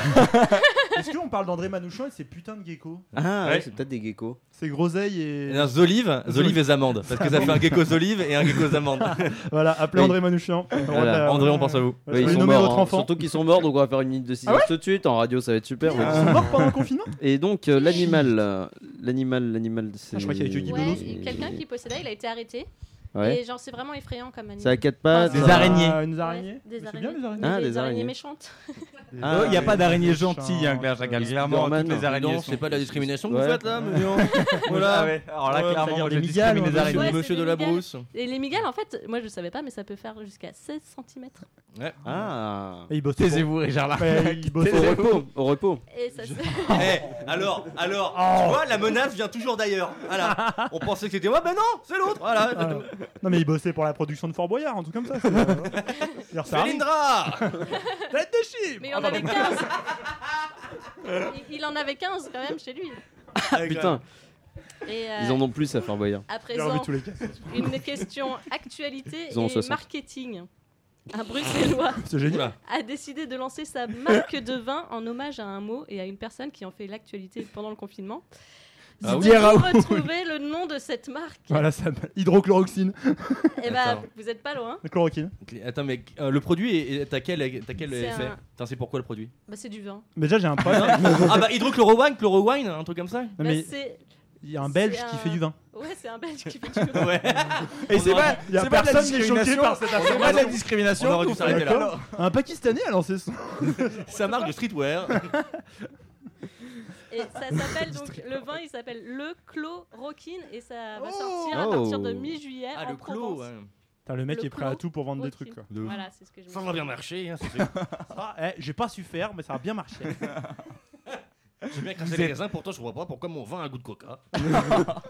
Speaker 5: Est-ce qu'on parle d'André Manouchian et ses putains de geckos
Speaker 2: Ah, ouais,
Speaker 1: Ouais.
Speaker 2: c'est peut-être des geckos.
Speaker 5: C'est groseille
Speaker 1: Et
Speaker 5: et.
Speaker 1: Un zolive, zolive et amande. Parce que ça fait un gecko zolive et un gecko zamande.
Speaker 2: [LAUGHS]
Speaker 5: [LAUGHS] Voilà, appelez
Speaker 2: Oui.
Speaker 5: André Manouchian.
Speaker 2: Voilà.
Speaker 1: André, on pense à vous.
Speaker 2: Ouais,
Speaker 5: ils
Speaker 2: ils sont
Speaker 5: nommer
Speaker 2: morts,
Speaker 5: votre
Speaker 2: hein.
Speaker 5: enfant. Ah
Speaker 2: Surtout qu'ils sont morts, donc on va faire une minute de silence tout de suite. En radio, ça va être super.
Speaker 5: Ils
Speaker 2: ouais.
Speaker 5: sont morts pendant le confinement
Speaker 2: [LAUGHS]
Speaker 5: Ah,
Speaker 2: Et donc, euh, l'animal, euh, l'animal, l'animal, c'est.
Speaker 5: je crois qu'il y avait Yogi
Speaker 3: Ouais, et quelqu'un qui possédait, il a été arrêté.
Speaker 2: Ouais.
Speaker 3: Et genre, c'est vraiment effrayant comme animal.
Speaker 2: C'est à quatre pattes.
Speaker 5: Des
Speaker 2: euh,
Speaker 5: araignées.
Speaker 1: Ah,
Speaker 5: Des
Speaker 3: Ouais,
Speaker 5: araignées.
Speaker 3: des
Speaker 5: C'est bien
Speaker 3: araignées.
Speaker 5: les araignées.
Speaker 2: Ah,
Speaker 3: Mais
Speaker 2: des
Speaker 3: des araignées
Speaker 2: araignées. [LAUGHS]
Speaker 3: méchantes.
Speaker 2: Ah,
Speaker 4: Il n'y a pas d'araignée gentille, hein,
Speaker 5: gentil
Speaker 4: Claire Chagall. Clairement,
Speaker 2: Spider-Man,
Speaker 4: toutes les
Speaker 2: hein.
Speaker 4: araignées.
Speaker 1: c'est pas de la discrimination que
Speaker 2: Ouais.
Speaker 1: vous faites là, mais non.
Speaker 4: Voilà.
Speaker 1: Voilà.
Speaker 4: Alors là,
Speaker 1: Ah Ouais,
Speaker 4: clairement,
Speaker 5: ça
Speaker 4: moi,
Speaker 5: garde
Speaker 4: je
Speaker 5: les migales,
Speaker 4: discrimine les
Speaker 5: on
Speaker 2: Ah.
Speaker 4: araignées.
Speaker 3: Ouais, c'est
Speaker 1: Monsieur
Speaker 3: des
Speaker 1: de la
Speaker 3: migales.
Speaker 1: brousse.
Speaker 3: Et les migales, en fait, moi je savais pas, mais ça peut faire jusqu'à 16 cm.
Speaker 1: Ouais.
Speaker 2: Ah.
Speaker 5: Et ils bossent. pour-
Speaker 4: Taisez-vous, Richard Larnac.
Speaker 5: Ouais, ils bossent
Speaker 2: Au
Speaker 5: pour-
Speaker 2: repos, au repos.
Speaker 3: Et ça se-
Speaker 1: [LAUGHS] Eh, alors, alors, tu vois, la menace vient toujours d'ailleurs. [LAUGHS] Voilà. On pensait que c'était moi, ben non, c'est l'autre. Voilà.
Speaker 5: Ah, non. non mais ils bossaient pour la production de Fort Boyard, un truc comme ça. c'est- Leur ça arrive.
Speaker 1: Cylindra
Speaker 5: Tête de chip
Speaker 3: Mais il en avait 15
Speaker 5: [LAUGHS]
Speaker 3: il, il en avait 15 quand même chez lui.
Speaker 2: Putain,
Speaker 3: Et euh,
Speaker 2: ils en ont plus à faire voyant.
Speaker 3: à
Speaker 5: J'ai
Speaker 3: présent,
Speaker 5: enlevé tous les cas.
Speaker 3: une question actualité
Speaker 2: Ils en ont
Speaker 3: et
Speaker 2: 60.
Speaker 3: marketing. Un Bruxellois
Speaker 5: [LAUGHS] C'est génial.
Speaker 3: a décidé de lancer sa marque de vin en hommage à un mot et à une personne qui en fait l'actualité pendant le confinement.
Speaker 5: Ah oui.
Speaker 3: Didier Raoult,
Speaker 5: oui.
Speaker 3: retrouver le nom de cette marque.
Speaker 5: [LAUGHS] Voilà, ça s'appelle hydrochloroxine.
Speaker 3: Eh bah, vous êtes pas loin.
Speaker 5: La [LAUGHS] chloroquine.
Speaker 1: Attends, mais euh, le produit, est- est- t'as quel, t'as quel
Speaker 3: C'est
Speaker 1: effet
Speaker 3: un-
Speaker 1: Putain, C'est pourquoi le produit
Speaker 3: Bah, c'est du vin.
Speaker 5: Mais déjà, j'ai un problème.
Speaker 1: [LAUGHS] Ah bah hydrochlorowine, chlorowine, un truc comme ça
Speaker 3: Bah, c'est-
Speaker 5: Il y a un Belge
Speaker 3: c'est
Speaker 5: qui fait du vin.
Speaker 3: Ouais, c'est un Belge [LAUGHS] qui fait
Speaker 1: [LAUGHS]
Speaker 3: du vin.
Speaker 1: Ouais.
Speaker 5: Et c'est pas-
Speaker 1: Il y a
Speaker 5: c'est pas de la
Speaker 1: personne qui est choqué
Speaker 5: discrimination.
Speaker 1: par cette
Speaker 5: On aurait
Speaker 1: affaire.
Speaker 5: dû-
Speaker 1: Pas de la discrimination,
Speaker 5: on aurait dû
Speaker 1: tout, s'arrêter là.
Speaker 5: d'accord. Un Pakistanais a lancé son.
Speaker 1: Sa marque de streetwear.
Speaker 5: [LAUGHS]
Speaker 3: Et ça s'appelle donc le vin, il s'appelle le Chloroquine et ça va sortir à
Speaker 5: Oh.
Speaker 3: partir de mi-juillet
Speaker 1: Ah,
Speaker 3: en
Speaker 1: le clos,
Speaker 3: Provence.
Speaker 1: ouais.
Speaker 5: Putain, le mec
Speaker 3: Le
Speaker 5: est prêt à
Speaker 3: clos
Speaker 5: tout pour vendre des
Speaker 3: Chloroquine.
Speaker 5: trucs. Quoi.
Speaker 3: Voilà, c'est ce que je me
Speaker 1: Ça
Speaker 3: suis
Speaker 1: va
Speaker 3: dit.
Speaker 1: bien
Speaker 4: [LAUGHS]
Speaker 1: marcher, hein, c'est sûr.
Speaker 5: Ah, eh, j'ai pas su faire, mais ça a bien
Speaker 1: [LAUGHS]
Speaker 5: marché.
Speaker 1: J'ai bien craché
Speaker 5: Vous
Speaker 1: les
Speaker 5: êtes-
Speaker 1: raisins, pourtant je vois pas pourquoi mon vin a un goût de coca.
Speaker 5: [LAUGHS]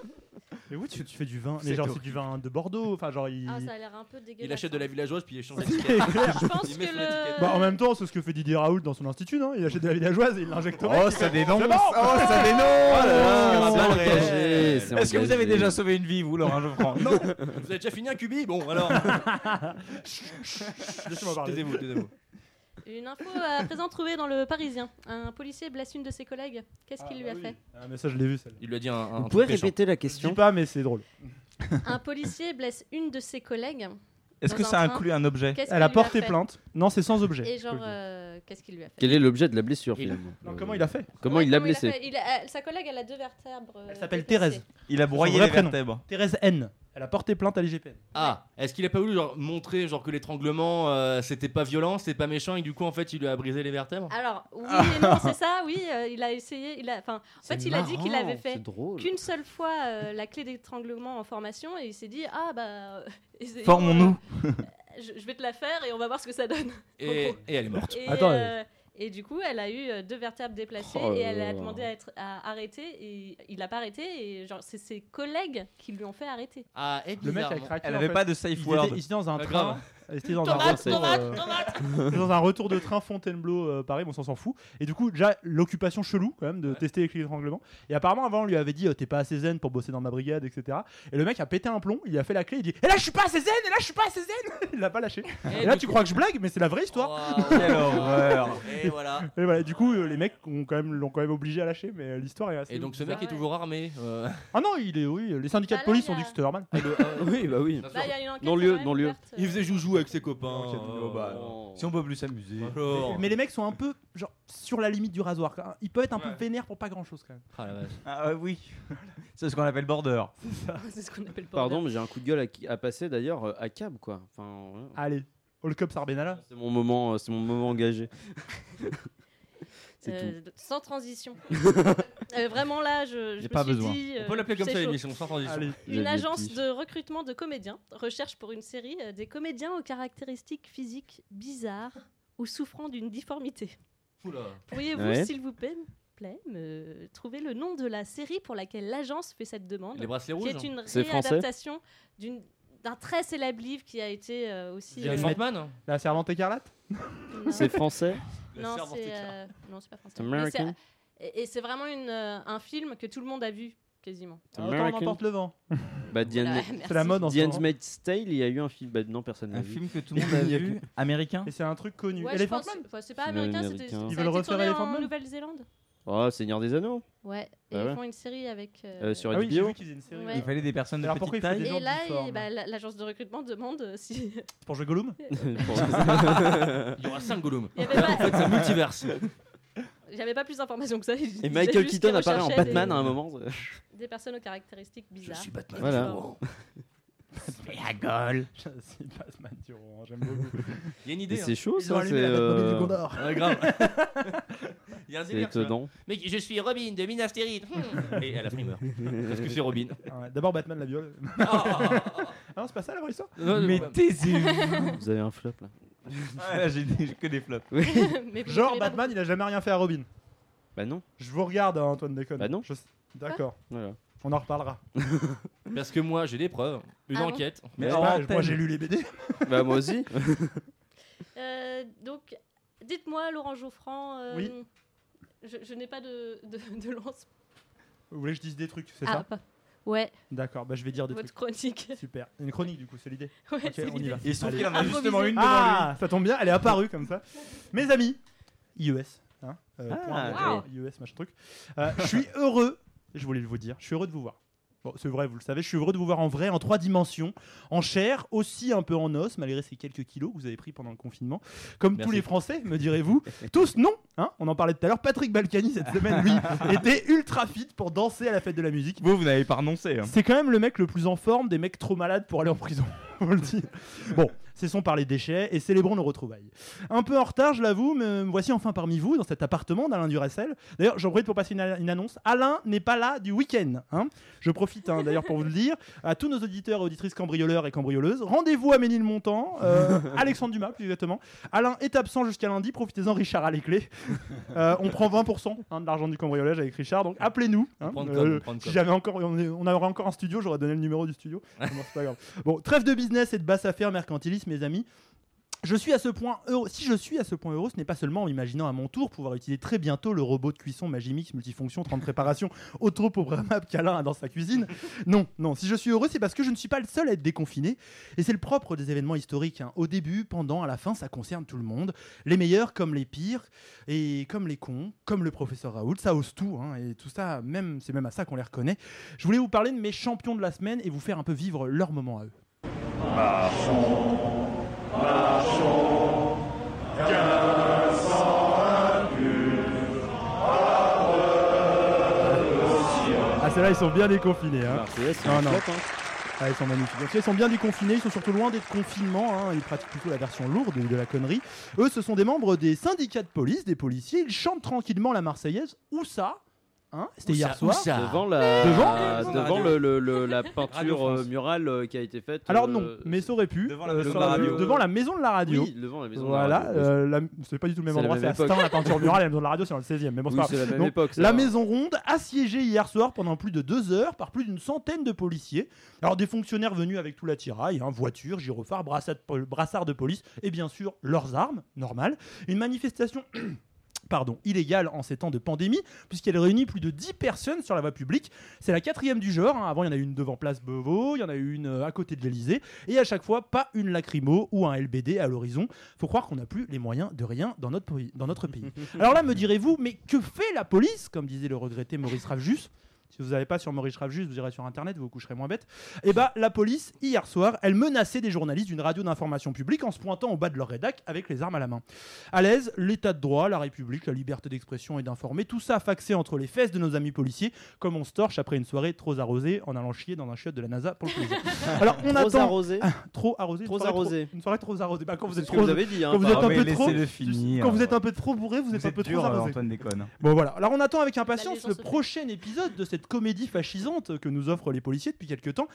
Speaker 5: Mais oui, tu, tu fais du vin,
Speaker 1: C'est
Speaker 5: mais genre c'est
Speaker 1: horrible.
Speaker 5: du vin de Bordeaux. Enfin, genre
Speaker 3: [LAUGHS]
Speaker 5: il.
Speaker 3: Ah, ça
Speaker 5: [LAUGHS]
Speaker 3: a l'air un peu dégueulasse. hein.
Speaker 1: Il achète de la villageoise puis il
Speaker 4: [LAUGHS]
Speaker 1: échange
Speaker 5: C'est
Speaker 1: l'étiquette.
Speaker 5: clair.
Speaker 3: Je pense
Speaker 1: Il
Speaker 3: que
Speaker 1: met son étiquette.
Speaker 3: le.
Speaker 5: Bah, en même temps, c'est ce que fait Didier Raoult dans son institut, non Il achète de la villageoise et il l'injecte au
Speaker 4: Oh,
Speaker 5: mec.
Speaker 4: ça
Speaker 5: C'est
Speaker 4: dénonce.
Speaker 5: bon.
Speaker 4: Oh, ça dénonce.
Speaker 5: Oh là là,
Speaker 4: C'est
Speaker 5: c'est
Speaker 4: engagé,
Speaker 5: réel.
Speaker 4: c'est Est-ce que vous engagé. avez déjà sauvé une vie, vous, Laurent Geoffrand
Speaker 1: Non Vous avez déjà fini un cubi
Speaker 4: [LAUGHS]
Speaker 1: Bon, alors.
Speaker 5: Laissez-moi parler.
Speaker 1: Taisez-vous, taisez-vous.
Speaker 3: Une info à [LAUGHS] présent trouvée dans le Parisien. Un policier blesse une de ses collègues. Qu'est-ce qu'il lui a fait [LAUGHS]
Speaker 5: Ah, mais ça, je l'ai vu, celle-là.
Speaker 1: Il lui a dit un. un
Speaker 2: Vous
Speaker 1: un
Speaker 2: pouvez
Speaker 1: truc méchant.
Speaker 2: répéter la
Speaker 5: Je
Speaker 2: question
Speaker 5: dis pas, mais c'est drôle.
Speaker 3: Un policier blesse une de ses collègues.
Speaker 4: Est-ce
Speaker 3: dans
Speaker 4: que ça
Speaker 3: train.
Speaker 4: inclut un objet
Speaker 3: Qu'est-ce qu'il
Speaker 5: Elle a
Speaker 3: lui
Speaker 5: porté
Speaker 3: fait
Speaker 5: plainte. Non, c'est sans objet.
Speaker 3: Et genre, euh, qu'est-ce qu'il lui a fait
Speaker 2: Quel est l'objet de la blessure
Speaker 5: Il-
Speaker 2: finalement
Speaker 5: Non, comment il a fait
Speaker 2: Comment
Speaker 3: Ouais,
Speaker 2: il l'a blessé
Speaker 3: fait Il a- elle- Sa collègue, elle a deux vertèbres. euh,
Speaker 5: Elle s'appelle
Speaker 3: déplacées.
Speaker 5: Thérèse.
Speaker 4: Il a
Speaker 5: Son
Speaker 4: broyé
Speaker 5: vrai
Speaker 4: les
Speaker 5: prénom.
Speaker 4: vertèbres.
Speaker 5: Thérèse N. Elle a porté plainte à l'IGPN.
Speaker 1: Ah, est-ce qu'il a pas voulu genre, montrer genre, que l'étranglement euh, c'était pas violent, c'était pas méchant et que, du coup en fait il lui a brisé les vertèbres
Speaker 3: Alors, oui
Speaker 1: Ah.
Speaker 3: et non, c'est ça, oui. euh, il a essayé. Il a, enfin, en fait, il a dit qu'il avait fait qu'une seule fois euh, la clé d'étranglement en formation et il s'est dit Ah, bah. euh, essayons,
Speaker 4: Formons-nous.
Speaker 3: euh, [LAUGHS] je, je vais te la faire et on va voir ce que ça donne.
Speaker 1: Et-
Speaker 3: En gros.
Speaker 1: et elle est morte.
Speaker 3: Et,
Speaker 1: Attends,
Speaker 3: euh, et du coup, elle a eu euh, deux vertèbres déplacées
Speaker 1: Oh là
Speaker 3: et elle
Speaker 1: là.
Speaker 3: a demandé à être à arrêter et il a pas arrêté et genre c'est ses collègues qui lui ont fait arrêter.
Speaker 1: Ah, et
Speaker 5: Le mec a
Speaker 1: bizarrement.
Speaker 5: craqué.
Speaker 4: Elle
Speaker 5: en
Speaker 4: avait
Speaker 5: fait.
Speaker 4: pas de safe
Speaker 5: Ils étaient-
Speaker 4: word.
Speaker 5: Ils étaient dans un
Speaker 1: Ah,
Speaker 5: train.
Speaker 1: grave.
Speaker 5: Ils étaient dans un
Speaker 1: Tomate,
Speaker 5: retour.
Speaker 1: tomate,
Speaker 5: euh,
Speaker 1: tomate.
Speaker 5: [LAUGHS] ils étaient dans un retour de train Fontainebleau euh, Paris, bon, on s'en s'en fout. Et du coup, déjà l'occupation chelou quand même de tester les clés d'étranglement. Et apparemment avant, on lui avait dit euh, t'es pas assez zen pour bosser dans ma brigade, etc. Et le mec a pété un plomb. Il a fait la clé. Il dit et là je suis pas assez zen. Et là je suis pas assez zen. [LAUGHS] Il l'a pas lâché. Et, là
Speaker 1: du
Speaker 5: tu
Speaker 1: coup-
Speaker 5: crois que je blague, mais c'est la vraie histoire. [LAUGHS]
Speaker 4: Quelle horreur.
Speaker 1: Et voilà.
Speaker 5: Et voilà, du coup, euh, les mecs ont quand même- l'ont quand même obligé à lâcher, mais euh, l'histoire est assez.
Speaker 1: Et donc ce
Speaker 5: bizarre.
Speaker 1: mec est toujours armé. euh.
Speaker 5: [LAUGHS] Ah non, il est oui. Les syndicats
Speaker 3: Bah
Speaker 5: de
Speaker 3: là,
Speaker 5: police
Speaker 3: il y
Speaker 5: ont dit
Speaker 3: a-
Speaker 5: que c'était normal.
Speaker 2: Oui, bah oui.
Speaker 3: Bah, il y a une enquête
Speaker 2: Non-lieu,
Speaker 3: quand même
Speaker 2: non-lieu.
Speaker 3: ouverte, euh,
Speaker 1: Il faisait joujou avec ses copains.
Speaker 4: Ok, donc, oh, bah, non.
Speaker 1: euh,
Speaker 4: Si on peut plus s'amuser.
Speaker 1: alors.
Speaker 5: Mais les mecs sont un peu genre sur la limite du rasoir. quoi. Ils peuvent être un peu vénères pour pas grand chose quand même.
Speaker 1: Ah la vache.
Speaker 5: euh,
Speaker 4: Ah ouais,
Speaker 5: [LAUGHS]
Speaker 4: oui. C'est ce qu'on appelle border.
Speaker 3: [LAUGHS] c'est ce qu'on appelle le
Speaker 2: Pardon,
Speaker 3: bordel.
Speaker 2: mais j'ai un coup de gueule à, qui- à passer d'ailleurs euh, à cab quoi. Enfin, voilà.
Speaker 5: Allez, All Cups Arbenalas.
Speaker 2: c'est mon moment, euh, c'est mon
Speaker 5: [LAUGHS]
Speaker 2: moment engagé. c'est tout.
Speaker 3: Euh, sans
Speaker 2: [LAUGHS]
Speaker 3: transition. Euh, vraiment là, je, je
Speaker 2: Y a
Speaker 3: me
Speaker 2: pas
Speaker 3: suis
Speaker 2: besoin.
Speaker 3: dit, euh,
Speaker 1: On peut l'appeler comme
Speaker 3: c'est
Speaker 1: ça
Speaker 3: chaud.
Speaker 1: l'émission, sans transition.
Speaker 5: Allez.
Speaker 2: J'ai
Speaker 3: Une
Speaker 2: le
Speaker 3: agence
Speaker 2: pif.
Speaker 3: de recrutement de comédiens recherche pour une série euh, des comédiens aux caractéristiques physiques bizarres ou souffrant d'une difformité. [LAUGHS]
Speaker 1: Oula.
Speaker 3: Pourriez-vous,
Speaker 2: Ouais.
Speaker 3: s'il vous plaît, plaît, me trouver le nom de la série pour laquelle l'agence fait cette demande
Speaker 1: Les bracelets
Speaker 3: Qui
Speaker 1: rouges.
Speaker 3: est une
Speaker 2: C'est français
Speaker 3: réadaptation d'une- d'un très célèbre livre qui a été euh, aussi.
Speaker 1: Jerry
Speaker 5: euh,
Speaker 1: Fortman
Speaker 5: La servante écarlate
Speaker 3: non,
Speaker 2: [LAUGHS] C'est français.
Speaker 3: non,
Speaker 1: servante
Speaker 3: c'est
Speaker 1: écarlate.
Speaker 3: euh, non, c'est pas français.
Speaker 2: C'est
Speaker 3: Mais c'est-
Speaker 2: American.
Speaker 3: Et, et c'est vraiment une, euh, un film que tout le monde a vu quasiment.
Speaker 2: C'est
Speaker 5: Ah, Autant on
Speaker 2: American.
Speaker 5: emporte le vent.
Speaker 2: [LAUGHS] Bah, The
Speaker 3: Voilà,
Speaker 2: Hand-
Speaker 3: merci.
Speaker 5: C'est la mode en
Speaker 2: The
Speaker 5: ce moment.
Speaker 2: Handmaid's Tale, il y a eu un film. Bah, non, personne n'a
Speaker 4: Un
Speaker 2: vu.
Speaker 4: film que tout le monde a
Speaker 2: Il y a
Speaker 4: vu. Américain.
Speaker 5: Et c'est un truc connu.
Speaker 3: Ouais, je
Speaker 5: Elephant
Speaker 3: pense-
Speaker 5: Man
Speaker 3: enfin, c'est pas
Speaker 2: C'est
Speaker 3: américain, c'était
Speaker 2: américain.
Speaker 3: ça a
Speaker 2: Ils
Speaker 3: été
Speaker 5: veulent refaire
Speaker 3: tourné
Speaker 5: Elephant
Speaker 3: en
Speaker 5: Man
Speaker 3: Nouvelle-Zélande.
Speaker 2: Oh, Seigneur des Anneaux.
Speaker 3: Ouais, et
Speaker 2: Ah
Speaker 3: ils
Speaker 2: ouais.
Speaker 3: font une série avec. euh,
Speaker 2: Euh, sur
Speaker 5: Ah oui, j'ai
Speaker 2: HBO.
Speaker 5: vu qu'ils faisaient une série.
Speaker 3: Ouais.
Speaker 4: Il fallait des personnes de
Speaker 5: Alors pourquoi
Speaker 4: petite
Speaker 5: il faut
Speaker 3: Et
Speaker 5: des gens
Speaker 4: taille.
Speaker 3: là, il-
Speaker 5: difformes
Speaker 3: bah, la- l'agence de recrutement demande euh, si. [LAUGHS]
Speaker 5: Pour jouer
Speaker 2: [LAUGHS]
Speaker 5: Gollum
Speaker 1: [LAUGHS] Il y aura 5 Gollum.
Speaker 3: Il y avait
Speaker 1: Là,
Speaker 3: pas-
Speaker 1: En fait, c'est un multiverse.
Speaker 3: J'avais pas plus d'informations que ça. ils disaient
Speaker 2: Et Michael
Speaker 3: juste
Speaker 2: Keaton
Speaker 3: qu'ils
Speaker 2: apparaît en
Speaker 3: recherchaient
Speaker 2: Batman
Speaker 3: des-
Speaker 2: à un moment.
Speaker 3: [LAUGHS] Des personnes aux caractéristiques bizarres.
Speaker 1: Batman.
Speaker 2: Voilà.
Speaker 5: [LAUGHS]
Speaker 4: Péagol.
Speaker 5: Je sais pas, Batman du Rouen, j'aime beaucoup.
Speaker 1: Il y a une
Speaker 2: Mais
Speaker 1: idée. hein.
Speaker 2: c'est chaud
Speaker 5: Ils ont
Speaker 2: ça. C'est
Speaker 5: allumé la Batmobile du
Speaker 2: euh,
Speaker 5: Gondor.
Speaker 1: Ouais, grave.
Speaker 5: [LAUGHS]
Speaker 2: [LAUGHS]
Speaker 1: Il y a un
Speaker 2: c'est
Speaker 1: délire. tu vois.
Speaker 2: étonnant.
Speaker 1: Mec, je suis Robin de Minas
Speaker 2: [LAUGHS]
Speaker 1: Tirith. Hmm. Et à la fin, il meurt. Parce que c'est Robin.
Speaker 5: Ah Ouais, D'abord Batman la viole.
Speaker 1: [LAUGHS] Ah, ah, ah,
Speaker 5: Ah non, c'est pas ça la vraie histoire
Speaker 1: ah.
Speaker 2: [LAUGHS]
Speaker 4: Mais taisez-vous.
Speaker 2: Vous avez un flop là.
Speaker 4: Ah, là, j'ai des- j'ai que des flops.
Speaker 1: [LAUGHS]
Speaker 3: Mais vous
Speaker 5: Genre
Speaker 3: voulez pas-
Speaker 5: Batman il a jamais rien fait à Robin.
Speaker 2: Bah non.
Speaker 5: Je vous regarde hein, Antoine Déconne.
Speaker 2: Bah non.
Speaker 5: Je- D'accord,
Speaker 2: Voilà.
Speaker 5: on en reparlera.
Speaker 1: Parce que moi, j'ai des preuves, une
Speaker 3: Ah bon
Speaker 1: enquête.
Speaker 5: Je
Speaker 4: Mais
Speaker 5: sais
Speaker 4: en
Speaker 5: pas,
Speaker 4: antenne.
Speaker 5: moi j'ai lu les BD.
Speaker 2: [LAUGHS] Bah
Speaker 3: [LAUGHS]
Speaker 2: moi aussi.
Speaker 3: Euh, donc, dites-moi, Laurent Geoffrand. euh,
Speaker 5: Oui.
Speaker 3: Je, je n'ai pas de, de, de lance.
Speaker 5: Vous voulez que je dise des trucs, c'est
Speaker 3: Ah,
Speaker 5: ça
Speaker 3: pas- Ouais,
Speaker 5: D'accord, bah je vais dire des
Speaker 3: votre chronique.
Speaker 5: trucs. [LAUGHS] Super. Une chronique du coup, c'est l'idée.
Speaker 3: Ouais,
Speaker 5: Ok,
Speaker 3: c'est
Speaker 5: on y
Speaker 3: l'idée.
Speaker 5: va.
Speaker 4: Il se trouve
Speaker 5: Allez.
Speaker 4: qu'il en a
Speaker 3: Improvisé.
Speaker 4: justement une devant lui.
Speaker 5: Ah, ça tombe bien, elle est apparue comme ça. Mes amis, IES, hein, euh,
Speaker 2: Ah,
Speaker 5: E point, IES, machin truc. Euh, je suis heureux je voulais vous dire. Je suis heureux de vous voir. Bon, c'est vrai, vous le savez, je suis heureux de vous voir en vrai, en trois dimensions, en chair, aussi un peu en os, malgré ces quelques kilos que vous avez pris pendant le confinement. Comme tous les Français, me direz-vous. Tous, non hein On en parlait tout à l'heure. Patrick Balkany, cette semaine,
Speaker 4: [LAUGHS]
Speaker 5: lui, était ultra fit pour danser à la fête de la musique.
Speaker 4: Vous, vous n'avez pas renoncé. hein.
Speaker 5: C'est quand même le mec le plus en forme des mecs trop malades pour aller en prison. [LAUGHS] On le dit. Bon, cessons par les déchets et célébrons nos retrouvailles. Un peu en retard, je l'avoue, mais me voici enfin parmi vous dans cet appartement d'Alain Duracel. D'ailleurs, j'en profite pour passer une, une annonce. Alain n'est pas là du week-end. hein. Je profite hein, d'ailleurs pour vous le dire à tous nos auditeurs et auditrices cambrioleurs et cambrioleuses. Rendez-vous à Ménilmontant, euh, Alexandre Dumas plus exactement. Alain est absent jusqu'à lundi. Profitez-en, Richard a les clés. Euh, on prend 20% hein, de l'argent du cambriolage avec Richard, donc appelez-nous. hein.
Speaker 1: Prendre
Speaker 5: Euh,
Speaker 1: comme, prendre
Speaker 5: si
Speaker 1: comme.
Speaker 5: j'avais encore, on, est- on aurait encore un studio, j'aurais donné le numéro du studio. Bon, c'est pas grave. Bon, trêve de business et de basse affaire mercantiliste, mes amis. Je suis à ce point heureux. Si je suis à ce point heureux, ce n'est pas seulement en imaginant à mon tour pouvoir utiliser très bientôt le robot de cuisson Magimix multifonction 30 [LAUGHS] préparations autoprogrammable qu'Alain a dans sa cuisine. Non, non. Si je suis heureux, c'est parce que je ne suis pas le seul à être déconfiné. Et c'est le propre des événements historiques. hein. Au début, pendant, à la fin, ça concerne tout le monde. Les meilleurs comme les pires et comme les cons, comme le professeur Raoult. Ça hausse tout. hein. Et tout ça, même, c'est même à ça qu'on les reconnaît. Je voulais vous parler de mes champions de la semaine et vous faire un peu vivre leur moment à eux. Ah, ceux-là, ils sont bien déconfinés. Hein.
Speaker 2: c'est hein. un flop,
Speaker 5: Ah, ils sont magnifiques. Donc, ils sont bien déconfinés, ils sont surtout loin d'être confinement. hein. Ils pratiquent plutôt la version lourde de la connerie. Eux, ce sont des membres des syndicats de police, des policiers. Ils chantent tranquillement la Marseillaise. Où ça Hein C'était
Speaker 2: Où
Speaker 5: hier
Speaker 2: ça,
Speaker 5: soir.
Speaker 2: où ça Devant la,
Speaker 5: Devant,
Speaker 2: devant le- le- le-
Speaker 5: [LAUGHS]
Speaker 2: la peinture euh, murale euh, qui a été faite.
Speaker 5: Alors
Speaker 2: euh,
Speaker 5: non, mais ça aurait pu.
Speaker 2: Devant la
Speaker 5: Euh,
Speaker 2: maison
Speaker 5: sur
Speaker 2: de la radio.
Speaker 5: devant la maison de la radio.
Speaker 2: Oui, devant la maison de la
Speaker 5: voilà,
Speaker 2: radio.
Speaker 5: euh, la- c'est pas du tout le même
Speaker 2: C'est la
Speaker 5: endroit,
Speaker 2: même
Speaker 5: c'est Astin,
Speaker 2: époque.
Speaker 5: la peinture murale, et la maison de la radio, c'est dans le 16e. Mais bon,
Speaker 2: Oui,
Speaker 5: pas
Speaker 2: c'est la
Speaker 5: grave.
Speaker 2: même
Speaker 5: Donc,
Speaker 2: époque, ça
Speaker 5: la
Speaker 2: va.
Speaker 5: maison ronde, assiégée hier soir pendant plus de deux heures par plus d'une centaine de policiers. Alors des fonctionnaires venus avec tout l'attirail, hein, voitures, gyrophares, brassards de pol- brassards de police et bien sûr leurs armes, normal. Une manifestation [COUGHS] pardon, illégale en ces temps de pandémie, puisqu'elle réunit plus de 10 personnes sur la voie publique. C'est la quatrième du genre. hein. Avant, il y en a eu une devant Place Beauvau, il y en a eu une euh, à côté de l'Elysée. Et à chaque fois, pas une lacrymo ou un LBD à l'horizon. Faut croire qu'on n'a plus les moyens de rien dans notre, pays- dans notre pays. Alors là, me direz-vous, mais que fait la police Comme disait le regretté Maurice Ravjus. Si vous n'avez pas sur Maurice Ravjus, vous irez sur Internet, vous vous coucherez moins bête. Et bah, la police, hier soir, elle menaçait des journalistes d'une radio d'information publique en se pointant au bas de leur rédac avec les armes à la main. À l'aise, l'état de droit, la République, la liberté d'expression et d'informer, tout ça faxé entre les fesses de nos amis policiers, comme on se torche après une soirée trop arrosée en allant chier dans un chiotte de la NASA pour le
Speaker 2: [LAUGHS]
Speaker 5: plaisir. Alors, on
Speaker 2: Trop
Speaker 5: attend. Ah,
Speaker 2: arrosé.
Speaker 5: trop arrosé. une
Speaker 2: Trop
Speaker 5: soirée
Speaker 2: arrosé.
Speaker 5: Une soirée trop arrosée. Bah, quand vous
Speaker 2: C'est
Speaker 5: êtes
Speaker 2: ce que
Speaker 5: trop.
Speaker 2: vous avez dit, hein,
Speaker 5: quand vous êtes
Speaker 2: apparemment.
Speaker 5: un peu
Speaker 2: Mais
Speaker 5: trop.
Speaker 2: laissez-le finir.
Speaker 5: Quand vous êtes un peu trop bourré, vous êtes
Speaker 4: C'est
Speaker 5: un peu
Speaker 4: dur,
Speaker 5: trop arrosé.
Speaker 4: Antoine déconne.
Speaker 5: Bon voilà, alors on attend avec impatience le prochain épisode de cette comédie fascisante que nous offrent les policiers depuis quelques temps.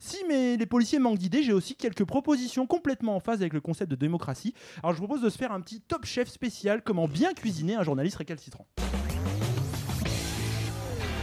Speaker 5: Si mais les policiers manquent d'idées, j'ai aussi quelques propositions complètement en phase avec le concept de démocratie. Alors je vous propose de se faire un petit top chef spécial comment bien cuisiner un journaliste récalcitrant.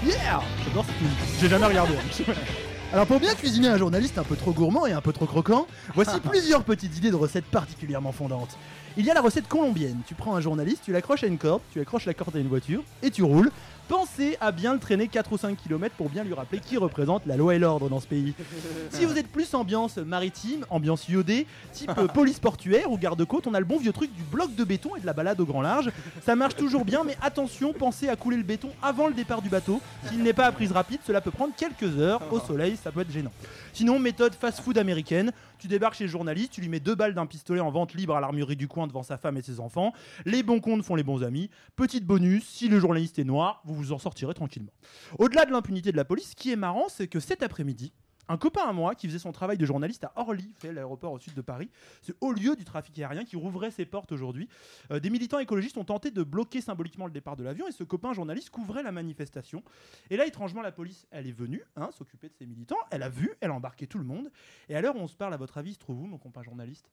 Speaker 5: Yeah J'adore cette musique. J'ai jamais regardé. hein. [LAUGHS] Alors pour bien cuisiner un journaliste un peu trop gourmand et un peu trop croquant, [LAUGHS] voici plusieurs petites idées de recettes particulièrement fondantes. Il y a la recette colombienne. Tu prends un journaliste, tu l'accroches à une corde, tu accroches la corde à une voiture et tu roules. Pensez à bien le traîner 4 ou 5 km pour bien lui rappeler qui représente la loi et l'ordre dans ce pays. [LAUGHS] Si vous êtes plus ambiance maritime, ambiance iodée, type euh, police portuaire ou garde-côte, on a le bon vieux truc du bloc de béton et de la balade au grand large. Ça marche toujours bien, mais attention, pensez à couler le béton avant le départ du bateau. S'il n'est pas à prise rapide, cela peut prendre quelques heures. Au soleil, ça peut être gênant. Sinon, méthode fast-food américaine. Tu débarques chez le journaliste, tu lui mets deux balles d'un pistolet en vente libre à l'armurerie du coin devant sa femme et ses enfants. Les bons comptes font les bons amis. Petite bonus, si le journaliste est noir, vous vous en sortirez tranquillement. Au-delà de l'impunité de la police, ce qui est marrant, c'est que cet après-midi, un copain à moi qui faisait son travail de journaliste à Orly, vous savez, l'aéroport au sud de Paris, ce haut lieu du trafic aérien qui rouvrait ses portes aujourd'hui. Euh, des militants écologistes ont tenté de bloquer symboliquement le départ de l'avion et ce copain journaliste couvrait la manifestation. Et là, étrangement, la police, elle est venue hein, s'occuper de ces militants, elle a vu, elle a embarqué tout le monde. Et à l'heure où on se parle, à votre avis, se trouve où mon copain journaliste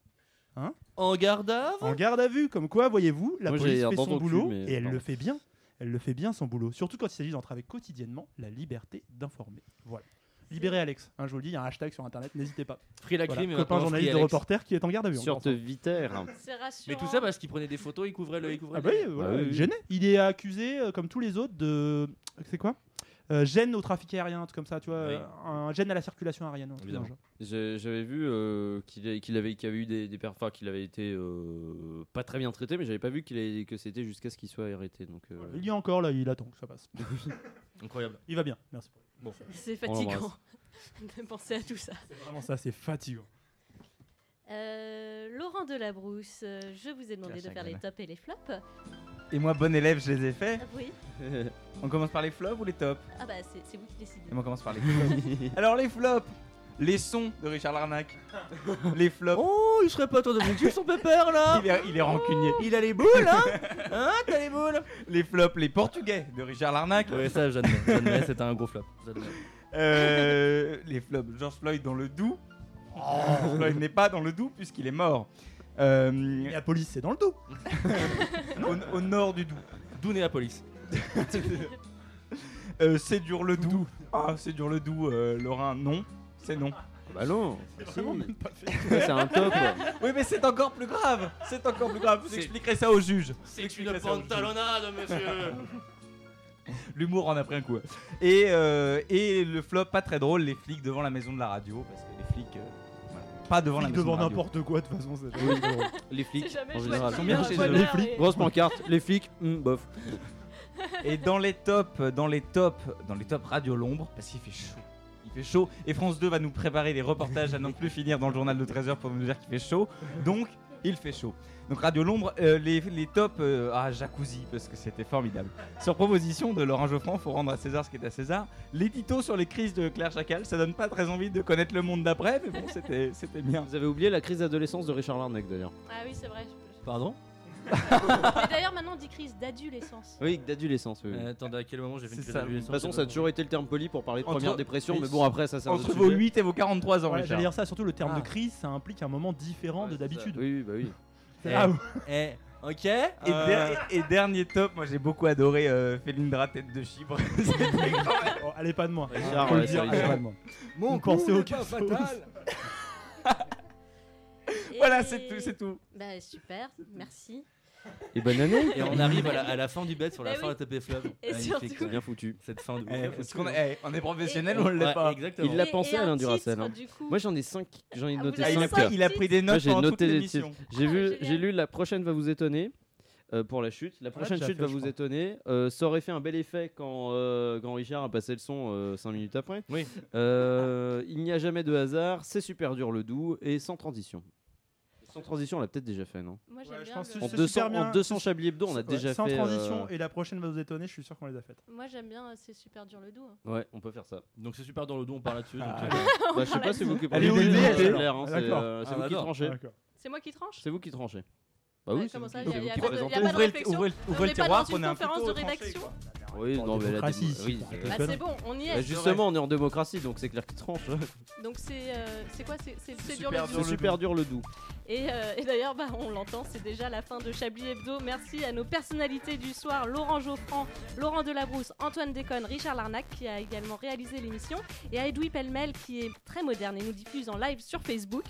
Speaker 5: Hein
Speaker 1: En garde à
Speaker 5: en garde à vue, comme quoi, voyez-vous, la
Speaker 2: Moi,
Speaker 5: police
Speaker 2: j'ai
Speaker 5: fait
Speaker 2: un bandeau
Speaker 5: son
Speaker 2: cul,
Speaker 5: boulot
Speaker 2: mais
Speaker 5: et elle
Speaker 2: pardon.
Speaker 5: le fait bien. Elle le fait bien son boulot, surtout quand il s'agit d'entraver quotidiennement la liberté d'informer. Voilà. Libérez Alex, hein, je vous le dis, il y a un hashtag sur internet, n'hésitez pas.
Speaker 1: Free la crime et
Speaker 5: copain
Speaker 1: maintenant
Speaker 5: journaliste
Speaker 1: Free
Speaker 5: de
Speaker 1: Alex.
Speaker 5: reporter qui est en garde à vue. Ah,
Speaker 1: Sorte
Speaker 5: encore.
Speaker 2: Viter.
Speaker 3: C'est rassurant.
Speaker 1: Mais tout ça parce qu'il prenait des photos, il couvrait le. Il couvrait
Speaker 5: Ah bah oui,
Speaker 1: le-
Speaker 5: voilà, il est gêné. Il est accusé, euh, comme tous les autres, de. C'est quoi euh, gêne au trafic aérien, un truc comme ça, tu vois,
Speaker 2: Oui.
Speaker 5: euh, un gêne à la circulation aérienne. un truc dans le genre.
Speaker 2: Évidemment. J'ai- J'avais vu euh, qu'il a- qu'il avait, qu'il avait eu des, des per- enfin, qu'il avait été euh, pas très bien traité, mais j'avais pas vu qu'il ait- que c'était jusqu'à ce qu'il soit arrêté. Donc, euh,
Speaker 5: Il y a encore là, il attend que ça
Speaker 2: [LAUGHS]
Speaker 5: passe.
Speaker 1: Incroyable.
Speaker 5: Il va bien, merci.
Speaker 2: Bon.
Speaker 3: C'est
Speaker 2: On
Speaker 3: fatigant [LAUGHS]
Speaker 2: l'embrasse.
Speaker 3: de penser à tout ça.
Speaker 5: Vraiment, ça, c'est fatigant.
Speaker 3: Euh, Laurent Delabrousse, euh, je vous ai demandé de
Speaker 4: Clash
Speaker 3: faire les
Speaker 4: Arena.
Speaker 3: tops et les flops.
Speaker 4: Et moi, bon élève, je les
Speaker 3: [LAUGHS]
Speaker 4: ai faits.
Speaker 3: Oui.
Speaker 4: on commence par les flops ou les tops
Speaker 3: Ah bah c'est c'est vous qui décidez.
Speaker 4: Et moi, on commence par les flops. Alors, les flops Les sons de Richard Larnac. les flops.
Speaker 2: Oh, il serait pas temps de me tuer son pépère là
Speaker 4: il, est, il est rancunier.
Speaker 2: Il a les boules, hein Hein, t'as les boules
Speaker 4: Les flops, les portugais de Richard Larnac.
Speaker 2: Ouais, ça, j'admets. J'admets, c'était un gros flop. J'admets.
Speaker 4: Euh, les flops. George Floyd dans le doux.
Speaker 2: Oh.
Speaker 4: George Floyd n'est pas dans le doux puisqu'il est mort. Euh,
Speaker 5: la police, c'est dans le doux.
Speaker 4: [LAUGHS] au, au nord du doux.
Speaker 2: Doux n'est
Speaker 4: [LAUGHS]
Speaker 2: la police.
Speaker 4: Euh, c'est dur le doux. Ah, c'est dur le doux, euh, Lorrain. Non, c'est non.
Speaker 2: Bah non.
Speaker 5: vraiment même pas fait.
Speaker 2: Ça, c'est un top, quoi.
Speaker 4: Oui, mais c'est encore plus grave. C'est encore plus grave. Vous
Speaker 2: C'est-
Speaker 4: expliquerez ça au juge.
Speaker 1: C'est
Speaker 4: Vous expliquerez
Speaker 1: une
Speaker 4: ça au juge.
Speaker 1: pantalonnade, monsieur.
Speaker 5: [LAUGHS]
Speaker 4: L'humour en a pris un coup. Et, euh, et le flop, pas très drôle, les flics devant la maison de la radio. Parce que les flics. euh, voilà, pas devant la
Speaker 5: Flics
Speaker 4: maison
Speaker 5: devant
Speaker 4: de la radio.
Speaker 5: n'importe quoi, de toute façon, c'est
Speaker 4: Oui.
Speaker 5: pas drôle.
Speaker 2: Les
Speaker 4: C'est
Speaker 2: flics,
Speaker 4: jamais
Speaker 2: en
Speaker 4: chouette.
Speaker 2: général.
Speaker 4: Ils sont bien chez eux.
Speaker 2: Les flics,
Speaker 4: et-
Speaker 2: grosse pancarte. Les flics, hum, bof.
Speaker 4: hmm, Et dans les tops, dans les tops, dans les tops Radio L'Ombre, parce qu'il fait chaud. Il fait chaud. Et France 2 va nous préparer des reportages à non plus finir dans le journal de 13h pour nous dire qu'il fait chaud. Donc, il fait chaud. Donc, Radio L'Ombre, euh, les, les tops euh, ah, jacuzzi, parce que c'était formidable. Sur proposition de Laurent Geoffrand, faut rendre à César ce qui est à César. L'édito sur les crises de Claire Chacal, ça donne pas très envie de connaître le monde d'après, mais bon, c'était c'était bien.
Speaker 2: Vous avez oublié la crise d'adolescence de Richard Larnac d'ailleurs.
Speaker 3: Ah oui, c'est vrai. je- [LAUGHS]
Speaker 2: Pardon
Speaker 3: Mais d'ailleurs, maintenant, on dit crise d'adolescence.
Speaker 2: Oui, d'adolescence. Oui. oui.
Speaker 1: Euh, attendez, à quel moment j'ai fait une
Speaker 2: C'est
Speaker 1: crise
Speaker 2: ça. De
Speaker 1: d'adolescence
Speaker 2: toute
Speaker 5: euh,
Speaker 2: façon, ça a toujours été le terme poli pour parler de première dépression, mais bon, après, ça, c'est un
Speaker 4: Entre
Speaker 2: autre
Speaker 4: vos
Speaker 2: sujet.
Speaker 4: 8 et vos 43 ans,
Speaker 5: Voilà,
Speaker 4: Richard.
Speaker 5: J'allais dire ça, surtout le terme
Speaker 4: Ah.
Speaker 5: de crise, ça implique un moment différent de d'habitude.
Speaker 2: Oui, bah
Speaker 4: [LAUGHS]
Speaker 2: oui.
Speaker 5: C'est là où-
Speaker 4: Eh, ok. Euh, Et, der- et dernier top, moi j'ai beaucoup adoré euh, Felindra tête de [LAUGHS] chibre. C'était quand même-
Speaker 5: Oh, allez, pas de moi.
Speaker 4: Richard,
Speaker 5: Faut le
Speaker 4: ouais,
Speaker 5: dire,
Speaker 4: ça,
Speaker 5: allez,
Speaker 4: Richard.
Speaker 5: pas de moi.
Speaker 4: Mon
Speaker 5: Vous
Speaker 4: coup
Speaker 5: pensez
Speaker 4: n'est
Speaker 5: au
Speaker 4: pas
Speaker 5: cassos.
Speaker 3: [LAUGHS]
Speaker 4: fatal.
Speaker 3: Et-
Speaker 4: Voilà, c'est tout, c'est tout.
Speaker 3: Bah super, merci.
Speaker 2: Et bonne année.
Speaker 1: Et on arrive
Speaker 4: [LAUGHS]
Speaker 1: à la, à la fin du bête sur la
Speaker 3: Mais
Speaker 1: fin
Speaker 3: oui.
Speaker 1: de la TP Flop.
Speaker 3: Et
Speaker 1: Magnifique,
Speaker 3: surtout-
Speaker 1: ouais.
Speaker 2: Bien foutu.
Speaker 1: Cette fin de.
Speaker 4: Eh,
Speaker 1: ouf.
Speaker 4: est-ce qu'on est- eh, on est professionnel ou on l'est
Speaker 1: Ouais,
Speaker 4: pas
Speaker 1: Exactement.
Speaker 2: Il l'a
Speaker 3: Et-
Speaker 2: pensé hein.
Speaker 3: et
Speaker 2: à
Speaker 3: un
Speaker 2: l'un
Speaker 3: titre,
Speaker 2: Duracell.
Speaker 3: du coup.
Speaker 2: Moi j'en ai 5, j'en ai
Speaker 3: Ah,
Speaker 2: noté
Speaker 3: vous avez
Speaker 2: 5.
Speaker 3: cinq Il a pris
Speaker 4: des notes
Speaker 2: j'ai
Speaker 4: pendant
Speaker 2: noté
Speaker 4: toute
Speaker 2: les
Speaker 4: l'émission.
Speaker 2: titres. J'ai vu,
Speaker 3: génial.
Speaker 2: j'ai lu la prochaine va vous étonner. euh, pour la chute, la prochaine
Speaker 5: déjà
Speaker 2: chute
Speaker 5: fait,
Speaker 2: va
Speaker 5: je
Speaker 2: vous
Speaker 5: crois.
Speaker 2: étonner. Euh, ça aurait fait un bel effet quand, euh, quand Richard a passé le son 5 minutes après.
Speaker 1: Oui.
Speaker 2: Euh, il n'y a jamais de hasard, c'est super dur le doux et sans transition. Sans transition, on l'a peut-être déjà fait, non
Speaker 3: Moi, j'aime
Speaker 5: Ouais, je
Speaker 3: bien
Speaker 5: pense
Speaker 3: le-
Speaker 5: que
Speaker 2: En
Speaker 5: c'est
Speaker 2: 200
Speaker 5: super bien.
Speaker 2: en 200 Chablis Hebdo, on a
Speaker 5: Ouais,
Speaker 2: déjà
Speaker 5: Sans
Speaker 2: fait.
Speaker 5: transition,
Speaker 2: euh,
Speaker 5: et la prochaine va vous étonner, je suis sûr qu'on les a faites.
Speaker 3: Moi, j'aime bien, euh, c'est super dur le dos.
Speaker 2: Ouais, on peut faire ça.
Speaker 1: Donc c'est super dans le dos, on parle là-dessus. donc,
Speaker 5: Ah.
Speaker 1: euh,
Speaker 2: Bah, je sais pas, c'est vous qui
Speaker 5: Allez,
Speaker 2: prenez
Speaker 5: on
Speaker 2: le
Speaker 5: le
Speaker 2: lead,
Speaker 5: met,
Speaker 2: c'est
Speaker 5: alors.
Speaker 2: clair, hein, c'est,
Speaker 5: D'accord.
Speaker 2: euh, c'est
Speaker 1: Ah,
Speaker 2: vous qui
Speaker 1: d'accord.
Speaker 2: tranchez.
Speaker 5: D'accord.
Speaker 3: C'est moi qui tranche
Speaker 2: C'est vous qui tranchez. Bah
Speaker 3: Ouais,
Speaker 2: oui,
Speaker 3: comment ça,
Speaker 2: vous,
Speaker 3: y a-
Speaker 2: c'est
Speaker 3: y a
Speaker 2: vous qui
Speaker 3: pas de- y a
Speaker 2: présentez.
Speaker 3: pas de
Speaker 4: Ouvrez le-
Speaker 3: réflexion.
Speaker 4: ouvrez le-
Speaker 3: On
Speaker 4: ouvrez le
Speaker 3: n'est pas
Speaker 4: tiroir,
Speaker 3: dans une
Speaker 4: prenez un
Speaker 3: conférence de
Speaker 4: couteau,
Speaker 3: rédaction.
Speaker 2: Oui, non, mais la
Speaker 5: démocratie,
Speaker 2: dé-
Speaker 5: ici,
Speaker 2: oui.
Speaker 5: pour
Speaker 2: Bah,
Speaker 3: Bah, c'est bon, on y
Speaker 2: Bah,
Speaker 3: est.
Speaker 2: justement, on est en démocratie, donc c'est clair qu'il tranche.
Speaker 3: Donc c'est euh, c'est quoi C'est c'est- c'est dur
Speaker 4: super
Speaker 3: le
Speaker 4: dur
Speaker 2: C'est
Speaker 3: dos.
Speaker 4: le
Speaker 2: super dur le doux.
Speaker 3: Et, euh, et d'ailleurs, bah, on l'entend, c'est déjà la fin de Chablis Hebdo. Merci à nos personnalités du soir, Laurent Geoffran, Laurent Delabrousse, Antoine Déconne, Richard Larnac, qui a également réalisé l'émission, et à Edoui Pellemel, qui est très moderne et nous diffuse en live sur Facebook.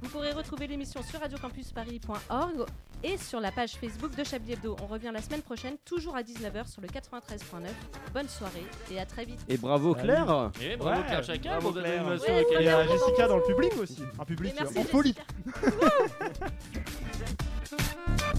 Speaker 3: Vous pourrez retrouver l'émission sur radiocampusparis.org et sur la page Facebook de Chablis Hebdo. On revient la semaine prochaine, toujours à 19h sur le 93.9. Bonne soirée et à très vite.
Speaker 2: Et bravo
Speaker 5: Salut.
Speaker 2: Claire
Speaker 1: Eh, bravo
Speaker 5: Ouais,
Speaker 1: Claire Chacal
Speaker 4: bravo
Speaker 1: pour cette
Speaker 4: Claire.
Speaker 1: animation.
Speaker 3: Ouais,
Speaker 1: ok.
Speaker 5: Et
Speaker 3: Allez,
Speaker 5: à
Speaker 3: on remonte.
Speaker 4: euh,
Speaker 5: Jessica dans le public aussi. Un public
Speaker 3: Et merci,
Speaker 4: [LAUGHS]
Speaker 5: euh, en folie.
Speaker 3: Jessica. Wouh